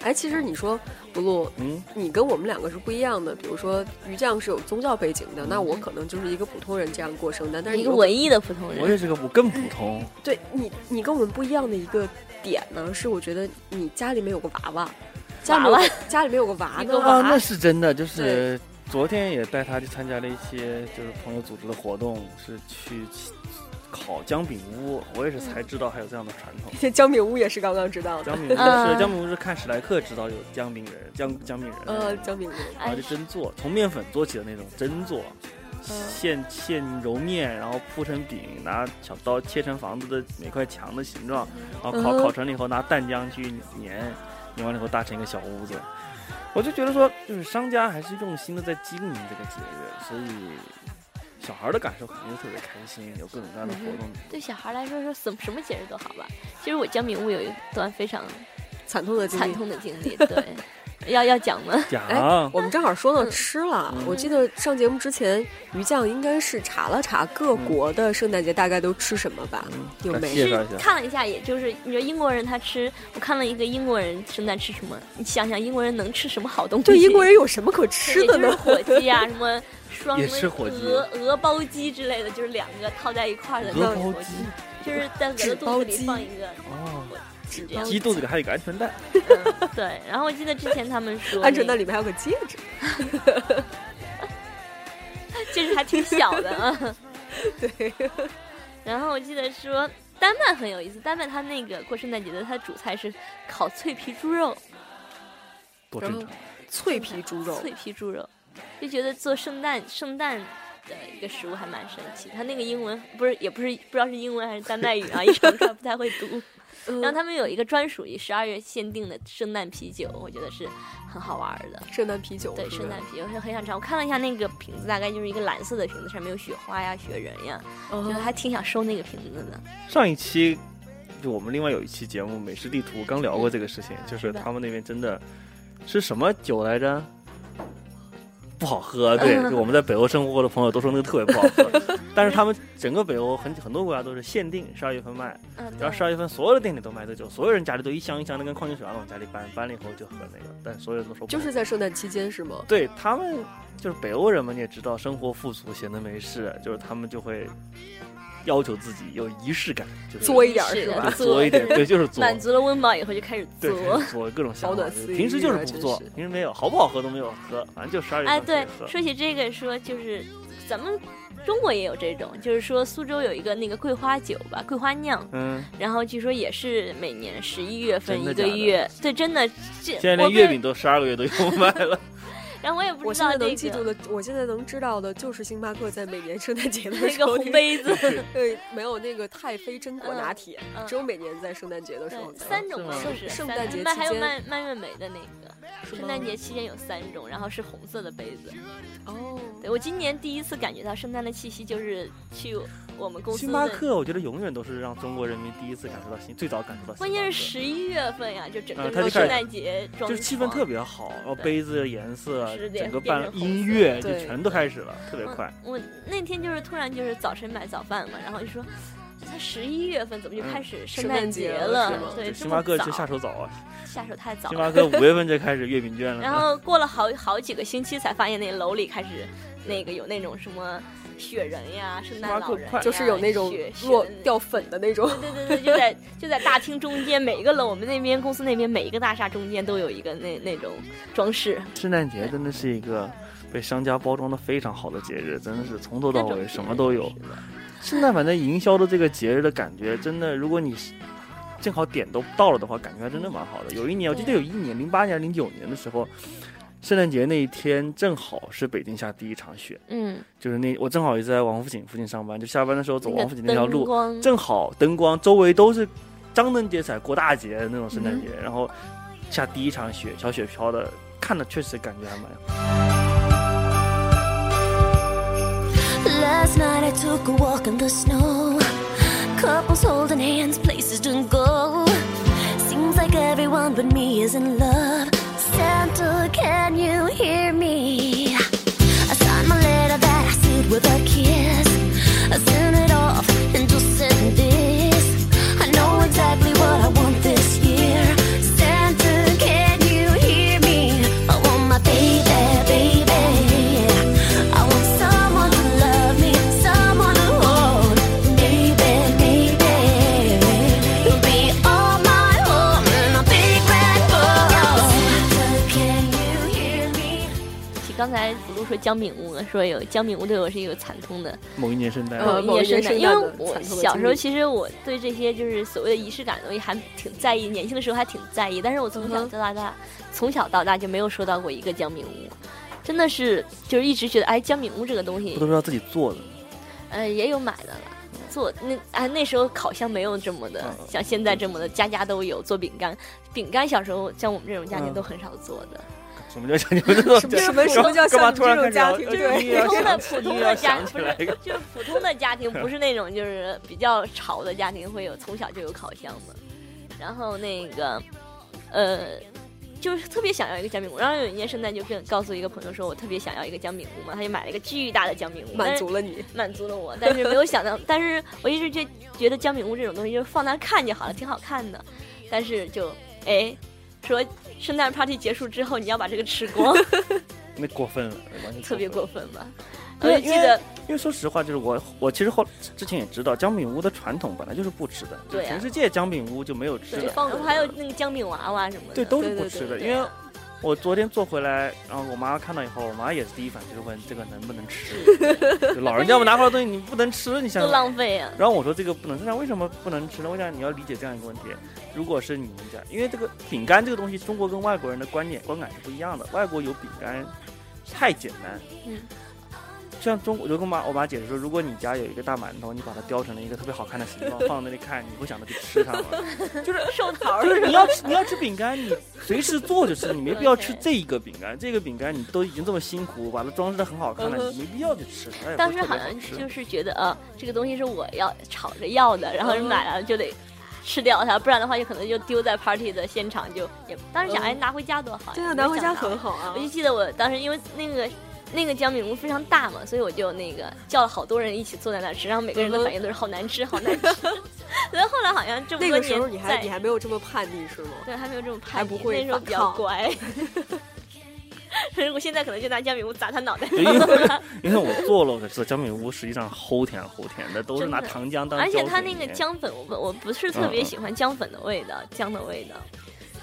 Speaker 2: 哎，其实你说不露，
Speaker 4: 嗯，
Speaker 2: 你跟我们两个是不一样的。比如说于酱是有宗教背景的，那我可能就是一个普通人这样过圣诞。但是
Speaker 3: 一
Speaker 2: 你
Speaker 3: 个
Speaker 2: 跟
Speaker 3: 文艺的普通
Speaker 4: 我
Speaker 3: 人，
Speaker 4: 也是个我更普通。
Speaker 2: 对你，你跟我们不一样的一个点呢，是我觉得你家里面有个娃娃，家里
Speaker 3: 娃
Speaker 2: 面有
Speaker 3: 娃
Speaker 2: 个家里面有个娃
Speaker 3: 一
Speaker 2: 呢
Speaker 3: 个
Speaker 4: 啊，
Speaker 3: 娃
Speaker 4: 那是真的，就是昨天也带他去参加了一些就是朋友组织的活动，是去烤姜饼屋。
Speaker 2: 嗯
Speaker 4: 我也是才知道还有这样的传统。
Speaker 2: 这姜饼屋也是刚刚知道的。
Speaker 4: 姜 饼屋
Speaker 3: 嗯
Speaker 4: 是姜饼屋是看史莱克知道有姜饼人姜姜饼人，
Speaker 2: 呃，姜饼屋，
Speaker 4: 然
Speaker 3: 哎
Speaker 4: 后就真做，从面粉做起的那种真做。
Speaker 2: 嗯
Speaker 4: 现现揉面，然后铺成饼，拿小刀切成房子的每块墙的形状，然后烤
Speaker 2: 嗯哼
Speaker 4: 烤成了以后拿蛋浆去粘，粘完了以后搭成一个小屋子。我就觉得说，就是商家还是用心的在经营这个节日，所以小孩儿的感受肯定是特别开心，有各种各
Speaker 2: 嗯
Speaker 4: 样的活动。
Speaker 3: 对小孩来说，说什么什么节日都好吧。其实我姜饼屋有一段非常
Speaker 2: 惨痛的经
Speaker 3: 惨
Speaker 4: 嗯
Speaker 2: 历。
Speaker 3: 痛的经历，对，要要讲吗？
Speaker 4: 讲、
Speaker 2: 哎我们正好说到
Speaker 3: 嗯
Speaker 2: 吃了，
Speaker 4: 嗯
Speaker 2: 我记得上节目之前，于酱应该是查了查各国的圣诞节大概都吃什么吧？
Speaker 4: 嗯，
Speaker 2: 有
Speaker 4: 来
Speaker 2: 没
Speaker 4: 介
Speaker 3: 是
Speaker 4: 绍一下，
Speaker 3: 看了一下，也就是你说英国人他吃，我看了一个英国人圣诞吃什么，你想想英国人能吃什么好东西？
Speaker 2: 对英国人有什么可吃的
Speaker 3: 也就
Speaker 2: 呢
Speaker 3: 是？火鸡啊，什么双
Speaker 4: 也吃火鸡
Speaker 3: 鹅鹅包鸡之类的，就是两个套在一块儿的那
Speaker 4: 鹅
Speaker 3: 种
Speaker 4: 包
Speaker 3: 火
Speaker 4: 鸡
Speaker 3: 鸡，就是在鹅的肚子里放一个
Speaker 4: 哦，
Speaker 3: 鸡这
Speaker 2: 包
Speaker 3: 样
Speaker 2: 鸡
Speaker 4: 鸡肚子里还有一个鹌鹑蛋，
Speaker 3: 嗯对，然后我记得之前他们 说
Speaker 2: 鹌鹑蛋里面还有个戒指。
Speaker 3: 这是还挺小的 啊。
Speaker 2: 对，
Speaker 3: 然后我记得说丹麦很有意思，丹麦它那个过圣诞节的它的主菜是烤脆皮猪肉，
Speaker 4: 多
Speaker 2: 然
Speaker 4: 正
Speaker 2: 后
Speaker 4: 常。
Speaker 2: 脆皮猪肉，
Speaker 3: 脆皮猪肉，就觉得做圣诞圣诞的一个食物还蛮神奇。它那个英文不是也不是不知道是英文还是丹麦语啊，一长串不太会 读。
Speaker 2: 嗯
Speaker 3: 然后他们有一个专属于十二月限定的圣诞啤酒，我觉得是很好玩儿的。
Speaker 2: 圣诞啤酒，
Speaker 3: 对，
Speaker 2: 是不
Speaker 3: 圣
Speaker 2: 是
Speaker 3: 诞啤酒是很想尝。我看了一下那个瓶子，大概就是一个蓝色的瓶子，上面有雪花呀、雪人呀，
Speaker 2: 嗯
Speaker 3: 觉得还挺想收那个瓶子的。
Speaker 4: 上一期就我们另外有一期节目《美食地图》刚聊过这个事
Speaker 2: 嗯
Speaker 4: 情，就是他们那边真的是什么酒来着？不 好喝，对，就我们在北欧生活过的朋友都说那个特别不好喝，但是他们整个北欧很很多国家都是限定十二月份卖，
Speaker 3: 嗯，
Speaker 4: 然后十
Speaker 3: 对，
Speaker 4: 二月份所有的店里都卖这酒，所有人家里都一箱一箱的跟矿泉水一样往家里搬，搬了以后就喝那个，但所有人都说不
Speaker 2: 就
Speaker 4: 好
Speaker 2: 是在圣诞期间是吗？
Speaker 4: 对他们就是北欧人嘛，你也知道，生活富足，闲得没事，就是他们就会要求自己有仪式感，就是
Speaker 2: 作多一点儿
Speaker 3: 是
Speaker 2: 是
Speaker 3: 的
Speaker 2: 吧
Speaker 4: 就作一 点，对，就是作，
Speaker 3: 满足了温饱以后就开始
Speaker 4: 对，
Speaker 3: 啊作。
Speaker 4: 作各种想
Speaker 2: 保
Speaker 4: 法，
Speaker 2: 暖思
Speaker 4: 平时
Speaker 2: 淫
Speaker 4: 就
Speaker 2: 欲
Speaker 4: 是
Speaker 2: 啊
Speaker 4: 不
Speaker 2: 真
Speaker 4: 做
Speaker 2: 是，
Speaker 4: 平时没有，好不好喝都没有喝，反正就十二月
Speaker 3: 哎，
Speaker 4: 份可以
Speaker 3: 对，
Speaker 4: 喝。
Speaker 3: 说起这个，说就是咱们中国也有这种，就是说苏州有一个那个桂花酒吧，桂花酿，
Speaker 4: 嗯，
Speaker 3: 然后据说也是每年十一月份
Speaker 4: 真的
Speaker 3: 一个
Speaker 4: 假的
Speaker 3: 月，对，真的，这
Speaker 4: 现在连
Speaker 3: 我
Speaker 4: 月
Speaker 3: 跟
Speaker 4: 饼都十二个月都有卖了，
Speaker 3: 然后我也不
Speaker 2: 我
Speaker 3: 知
Speaker 2: 现
Speaker 3: 道
Speaker 2: 在能
Speaker 3: 这
Speaker 2: 记住
Speaker 3: 个
Speaker 2: 的，我现在能知道的就是星巴克在每年圣诞节的
Speaker 3: 那
Speaker 2: 时
Speaker 3: 个
Speaker 2: 候，
Speaker 3: 红杯子，
Speaker 2: 对，没有那个太妃榛果拿铁
Speaker 3: 嗯嗯，
Speaker 2: 只有每年在圣诞节的时候
Speaker 3: 对，
Speaker 2: 才有
Speaker 3: 三种
Speaker 4: 是吗
Speaker 3: 就是
Speaker 2: 圣
Speaker 3: 三
Speaker 2: 诞
Speaker 3: 种
Speaker 2: 节
Speaker 3: 卖
Speaker 2: 期
Speaker 3: 还有
Speaker 2: 间
Speaker 3: 蔓蔓越莓的那个。
Speaker 2: 是吗
Speaker 3: 圣诞节期间有三种，然后是红色的杯子。
Speaker 2: 哦，
Speaker 3: 对我今年第一次感觉到圣诞的气息，就是去我们 公司
Speaker 4: 星巴
Speaker 3: 的。
Speaker 4: 克，我觉得永远都是让中国人民第一次感受到星，最早感受到星巴克。
Speaker 3: 关键是十一月份呀，就整
Speaker 4: 呃
Speaker 3: 个这个
Speaker 4: 它就开始
Speaker 3: 圣诞节装
Speaker 4: 就是气氛特
Speaker 3: 别。
Speaker 4: 别好，然后
Speaker 3: 对
Speaker 4: 杯子的颜色
Speaker 3: 是，的
Speaker 4: 整个
Speaker 3: 变成
Speaker 4: 伴
Speaker 3: 红
Speaker 4: 音
Speaker 3: 色
Speaker 4: 乐就
Speaker 2: 对
Speaker 4: 全都开始了，特别
Speaker 3: 嗯
Speaker 4: 快。
Speaker 3: 我那天就是突然就是早晨买早饭嘛，然后就说，才十一月份怎么就开始圣诞节
Speaker 2: 圣诞节了是吗
Speaker 3: 了？对，
Speaker 4: 嗯就
Speaker 3: 这
Speaker 4: 星
Speaker 3: 么
Speaker 4: 巴克
Speaker 3: 早
Speaker 4: 这下手早啊，
Speaker 3: 下手太早
Speaker 4: 星
Speaker 3: 了。
Speaker 4: 巴克五月份就开始月饼券了。
Speaker 3: 然后过了好好几个星期才发现那楼里开始那个有那种什么雪人呀、圣诞老人呀，
Speaker 2: 就是有那种
Speaker 3: 雪雪
Speaker 2: 落
Speaker 3: 的那
Speaker 2: 掉粉的那种，
Speaker 3: 对对对，就在就在大厅中间，每一个楼，我们那边公司那边每一个大厦中间都有一个那那种装饰，
Speaker 4: 圣诞节真的是一个被商家包装的非常好的节日，真的是从头到
Speaker 3: 各种
Speaker 4: 尾
Speaker 3: 节
Speaker 4: 什么
Speaker 3: 日
Speaker 4: 都有
Speaker 3: 是。的
Speaker 4: 圣诞反正营销的这个节日的感觉，真的，如果你正好点都到了的话，感觉还真的蛮好的。有一年，我记得有一年，零八年、零九年的时候，圣诞节那一天正好是北京下第一场雪，
Speaker 3: 嗯，
Speaker 4: 就是那我正好也在王府井附近上班，就下班的时候走
Speaker 3: 那
Speaker 4: 王
Speaker 3: 个
Speaker 4: 府井那条
Speaker 3: 灯
Speaker 4: 路，
Speaker 3: 光，
Speaker 4: 正好灯光周围都是张灯结彩、过大节的那种
Speaker 3: 嗯
Speaker 4: 圣诞节，然后下第一场雪，小雪飘的，看的确实感觉还蛮。
Speaker 5: Last night I took a walk in the snow. Couples holding hands, places don't go. Seems like everyone but me is in love. Santa, can you hear me? I signed my letter that I sealed with a kiss. I sent it off and just sent this. I know exactly what I want this year. Santa, can you hear me? I want my baby, baby. I want someone to love me, someone to hold. Baby, baby. You'll be all my home in a big red ball. Santa, can you hear me?
Speaker 3: 其实刚才子路说姜饼屋呢，说有姜饼屋对我是一个惨痛的
Speaker 4: 某一年圣诞，
Speaker 2: 呃某一
Speaker 3: 夜
Speaker 2: 年
Speaker 3: 深
Speaker 2: 圣
Speaker 3: 的，因
Speaker 2: 诞
Speaker 3: 为
Speaker 2: 的
Speaker 3: 我
Speaker 2: 惨痛的
Speaker 3: 小
Speaker 2: 经
Speaker 3: 时候
Speaker 2: 历
Speaker 3: 其实我对这些就是所谓的仪式感的东西还挺在意，年轻的时候还挺在意，但是我从小
Speaker 2: 嗯哼
Speaker 3: 到大大，从小到大就没有收到过一个姜饼屋，真的是就是一直觉得哎姜饼屋这个东西
Speaker 4: 不，都是要自己做的吗？
Speaker 3: 呃也有买的了。做那啊，那时候烤箱没有这么的，
Speaker 4: 嗯
Speaker 3: 像现在这么的，家家都有做饼干。饼干小时候像我们这种家庭
Speaker 4: 嗯
Speaker 3: 都很少做的，
Speaker 4: 什么叫像你们这种
Speaker 2: 什么什么什么叫
Speaker 4: 干嘛
Speaker 2: 像你
Speaker 4: 突然
Speaker 2: 这种
Speaker 4: 开始
Speaker 2: 家
Speaker 4: 聊
Speaker 2: 庭？
Speaker 4: 呃
Speaker 2: 对
Speaker 3: 普通的普
Speaker 4: 这。这
Speaker 3: 通
Speaker 4: 又要
Speaker 3: 的家
Speaker 4: 想起
Speaker 3: 不
Speaker 4: 来
Speaker 3: 是
Speaker 4: 一个
Speaker 3: 就是普通的家庭，不是那种就是比较潮的家庭会有从小就有烤箱嘛。然后那个呃，就是特别想要一个姜饼屋。然后有一年圣诞就跟告诉一个朋友说，我特别想要一个姜饼屋嘛，他就买了一个巨大的姜饼屋，但
Speaker 2: 满
Speaker 3: 是
Speaker 2: 足了你，
Speaker 3: 满足了我，但是没有想到，但是我一直觉觉得姜饼屋这种东西就是放那儿看就好了，挺好看的，但是就哎说。圣诞 party 结束之后，你要把这个吃光，
Speaker 4: 那过分了，完全
Speaker 3: 特别
Speaker 4: 过分了。
Speaker 3: 过分吧？我
Speaker 4: 对
Speaker 3: 就
Speaker 4: 因
Speaker 3: 记
Speaker 4: 为
Speaker 3: 得
Speaker 4: 因为说实话，就是我我其实后之前也知道姜饼屋的传统本来就是不吃的，就
Speaker 3: 对啊
Speaker 4: 全世界姜饼屋就没有吃
Speaker 3: 对，
Speaker 4: 的，
Speaker 3: 然后还有那个姜饼娃娃什么的，
Speaker 4: 对都是
Speaker 2: 对
Speaker 4: 不
Speaker 2: 对
Speaker 4: 吃的，
Speaker 2: 对
Speaker 4: 因为。我昨天做回来，然后我妈看到以后，我妈也是第一反应就是问这个能不能吃。 就老人家我拿回来的东西你不能吃，你想
Speaker 3: 多
Speaker 4: 想
Speaker 3: 浪费啊！
Speaker 4: 然后我说这个不能吃，那为什么不能吃呢？我想你要理解这样一个问题，如果是你们家，因为这个饼干这个东西，中国跟外国人的观念观感是不一样的。外国有饼干太简单，
Speaker 3: 嗯，
Speaker 4: 像中国，我就跟我妈我妈解释说，如果你家有一个大馒头，你把它雕成了一个特别好看的形状，放在那里看，你会想着去吃 它吗？
Speaker 3: 就是 寿桃儿，
Speaker 4: 就是你要吃你要吃饼干，你随时做就吃，你没必要吃
Speaker 3: OK
Speaker 4: 这一个饼干，这个饼干你都已经这么辛苦，把它装饰的很好看了，
Speaker 2: 嗯哼
Speaker 4: 你没必要去吃它。它也不
Speaker 3: 当
Speaker 4: 是
Speaker 3: 时
Speaker 4: 特别
Speaker 3: 好
Speaker 4: 好
Speaker 3: 像
Speaker 4: 吃
Speaker 3: 就是觉得，呃，这个东西是我要吵着要的，然后
Speaker 2: 嗯
Speaker 3: 买了就得吃掉它，不然的话就可能就丢在 party 的现场，就也当时想，
Speaker 2: 嗯
Speaker 3: 哎，拿回家多好呀，
Speaker 2: 对啊，
Speaker 3: 没
Speaker 2: 拿回家
Speaker 3: 想到
Speaker 2: 很好啊
Speaker 3: 我。就记得我当时因为那个那个姜饼屋非常大嘛，所以我就那个叫了好多人一起坐在那儿吃，然后每个人
Speaker 2: 嗯
Speaker 3: 的反应都是好难吃，好难吃。 然后后来好像这么
Speaker 2: 那
Speaker 3: 多
Speaker 2: 个时候
Speaker 3: 年
Speaker 2: 你还
Speaker 3: 在
Speaker 2: 你还没有这么叛逆是吗？
Speaker 3: 对，还没有这种叛
Speaker 2: 还
Speaker 3: 逆，
Speaker 2: 不会
Speaker 3: 那时候
Speaker 2: 反
Speaker 3: 比较
Speaker 2: 抗
Speaker 3: 乖。 如果现在可能就拿姜饼屋砸他脑袋，
Speaker 4: 对因为因为我做了，我才知道姜饼屋实际上齁甜齁甜的，都是
Speaker 3: 真的
Speaker 4: 拿糖 浆当
Speaker 3: 而且
Speaker 4: 胶
Speaker 3: 他
Speaker 4: 水
Speaker 3: 那个
Speaker 4: 粘，
Speaker 3: 姜粉，我不我不是特
Speaker 4: 嗯
Speaker 3: 别
Speaker 4: 嗯
Speaker 3: 喜欢姜粉的味道，姜的味道。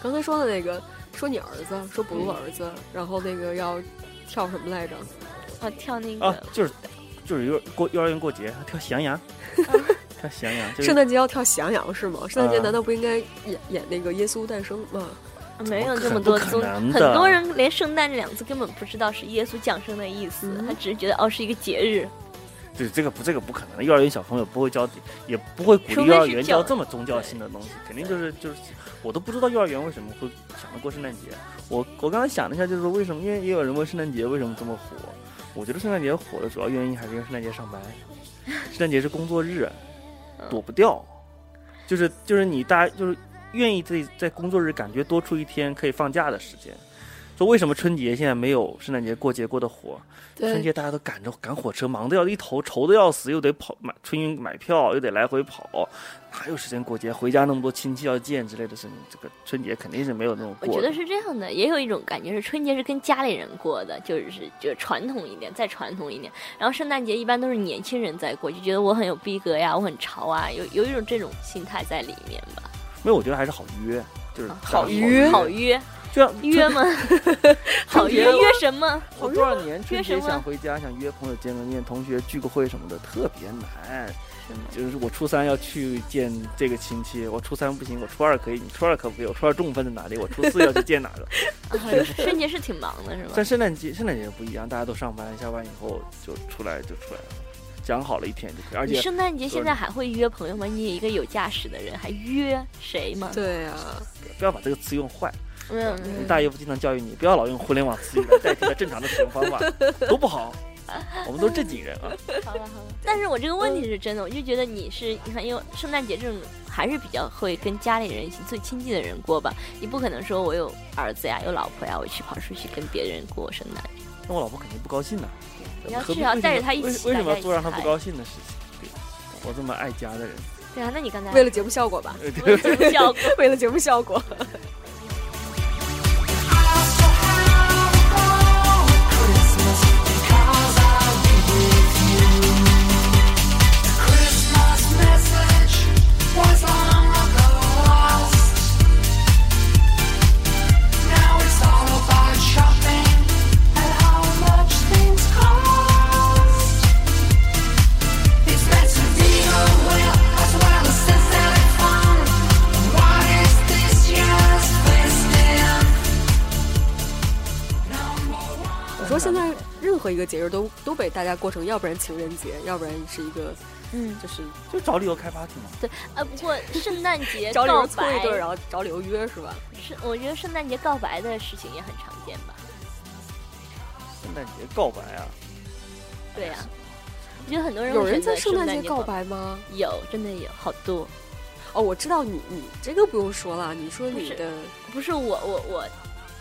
Speaker 2: 刚才说的那个，说你儿子，说补录儿子，然后那个要跳什么来着？
Speaker 3: 啊，跳那
Speaker 4: 啊
Speaker 3: 个，
Speaker 4: 就是就是幼过幼儿园过节跳喜羊羊，
Speaker 3: 啊
Speaker 4: 跳喜羊羊，就是
Speaker 2: 圣诞节要跳喜羊羊是吗？圣诞节
Speaker 4: 啊
Speaker 2: 难道不应该演演那个耶稣诞生吗？
Speaker 3: 没有这
Speaker 4: 可
Speaker 3: 么多
Speaker 4: 不可
Speaker 3: 宗，
Speaker 4: 能
Speaker 3: 很
Speaker 4: 的
Speaker 3: 多人连圣诞两字根本不知道是耶稣降生的意思，
Speaker 2: 嗯
Speaker 3: 他只是觉得哦是一个节日。
Speaker 4: 对这个不这个不可能，幼儿园小朋友不会教，也不会鼓
Speaker 3: 除
Speaker 4: 励
Speaker 3: 非
Speaker 4: 幼儿
Speaker 3: 是
Speaker 4: 园
Speaker 3: 教
Speaker 4: 教这么宗教性的东西，肯定就是就是我都不知道幼儿园为什么会想着过圣诞节。我我刚才想了一下，就是说为什么，因为也有人问圣诞节为什么这么火。我觉得圣诞节火的主要原因还是因为圣诞节上班，圣诞节是工作日，躲不掉。就是就是你大家就是愿意在在工作日感觉多出一天可以放假的时间。说为什么春节现在没有圣诞节过节过得火？春
Speaker 2: 对
Speaker 4: 节大家都赶着赶火车，忙得要一头，愁得要死，又得跑买春运买票，又得来回跑，哪有时间过节？回家那么多亲戚要见之类的事情，这个春节肯定是没有那种
Speaker 3: 我
Speaker 4: 过
Speaker 3: 觉
Speaker 4: 的
Speaker 3: 得。是这样的，也有一种感觉是春节是跟家里人过的，就是就传统一点，再传统一点。然后圣诞节一般都是年轻人在过，就觉得我很有逼格呀，我很潮啊，有有一种这种心态在里面吧。
Speaker 4: 没有，我觉得还是好约，就是
Speaker 2: 好约
Speaker 3: 好约
Speaker 4: 就像 春
Speaker 3: 约吗？好约约什么？
Speaker 4: 我多少年春
Speaker 3: 约
Speaker 4: 节
Speaker 3: 什么
Speaker 4: 想回家，想约朋友见个面，同学聚个会什么的，特别难。就是我初三要去见这个亲戚，我初三不行，我初二可以，你初二可不可以？我初二中午分在哪里？我初四要去见哪个？
Speaker 3: 啊春节是挺忙的，是吧？
Speaker 4: 但圣诞节，圣诞节不一样，大家都上班，下班以后就出来就出来了，讲好了一天就可以。而
Speaker 3: 你
Speaker 4: 且
Speaker 3: 圣诞节现在还会约朋友吗？你也一个有驾驶的人，还约谁吗？
Speaker 2: 对啊呀、
Speaker 4: 不要把这个词用坏，
Speaker 3: 嗯，
Speaker 4: 你大姨夫经常教育你，不要老用互联网词语来代替了正常的使用方法，多不好。我们都是正经人啊，
Speaker 3: 好了 好了。但是我这个问题是真的，我就觉得你是，你看，因为圣诞节这种还是比较会跟家里人一起最亲近的人过吧。你不可能说我有儿子呀，有老婆呀，我去跑出去跟别人过圣诞。
Speaker 4: 那我老婆肯定不高兴呐、
Speaker 3: 你要
Speaker 4: 何必
Speaker 3: 至少
Speaker 4: 为什
Speaker 3: 带着
Speaker 4: 么
Speaker 3: 她一
Speaker 4: 为
Speaker 3: 起
Speaker 4: 为
Speaker 3: 大
Speaker 4: 什么
Speaker 3: 家
Speaker 4: 要
Speaker 3: 一
Speaker 4: 做让
Speaker 3: 起
Speaker 4: 她不
Speaker 3: 嗨
Speaker 4: 高兴的事情？对，我这么爱家的人，
Speaker 3: 对啊，那你刚才
Speaker 2: 为了节目效果吧，
Speaker 4: 呃
Speaker 3: 为了节目效果，
Speaker 2: 为了节目效果，我说现在任何一个节日都都被大家过成，要不然情人节，要不然是一个
Speaker 3: 嗯，
Speaker 2: 就是
Speaker 4: 就找理由开 party 嘛。
Speaker 3: 对啊。不 过圣诞节
Speaker 2: 找理
Speaker 3: 哎告
Speaker 2: 由凑
Speaker 3: 白
Speaker 2: 一对儿，然后找理由约是吧？
Speaker 3: 是我觉得圣诞节告白的事情也很常见吧？
Speaker 4: 圣诞节告白啊，
Speaker 3: 对呀、我觉得很多人
Speaker 2: 有
Speaker 3: 会
Speaker 2: 人
Speaker 3: 选择
Speaker 2: 在圣诞
Speaker 3: 节
Speaker 2: 节告，白吗？
Speaker 3: 有真的有好多。
Speaker 2: 哦，我知道你你这个不用说了，你说
Speaker 3: 不
Speaker 2: 你
Speaker 3: 是
Speaker 2: 的
Speaker 3: 不是我我我，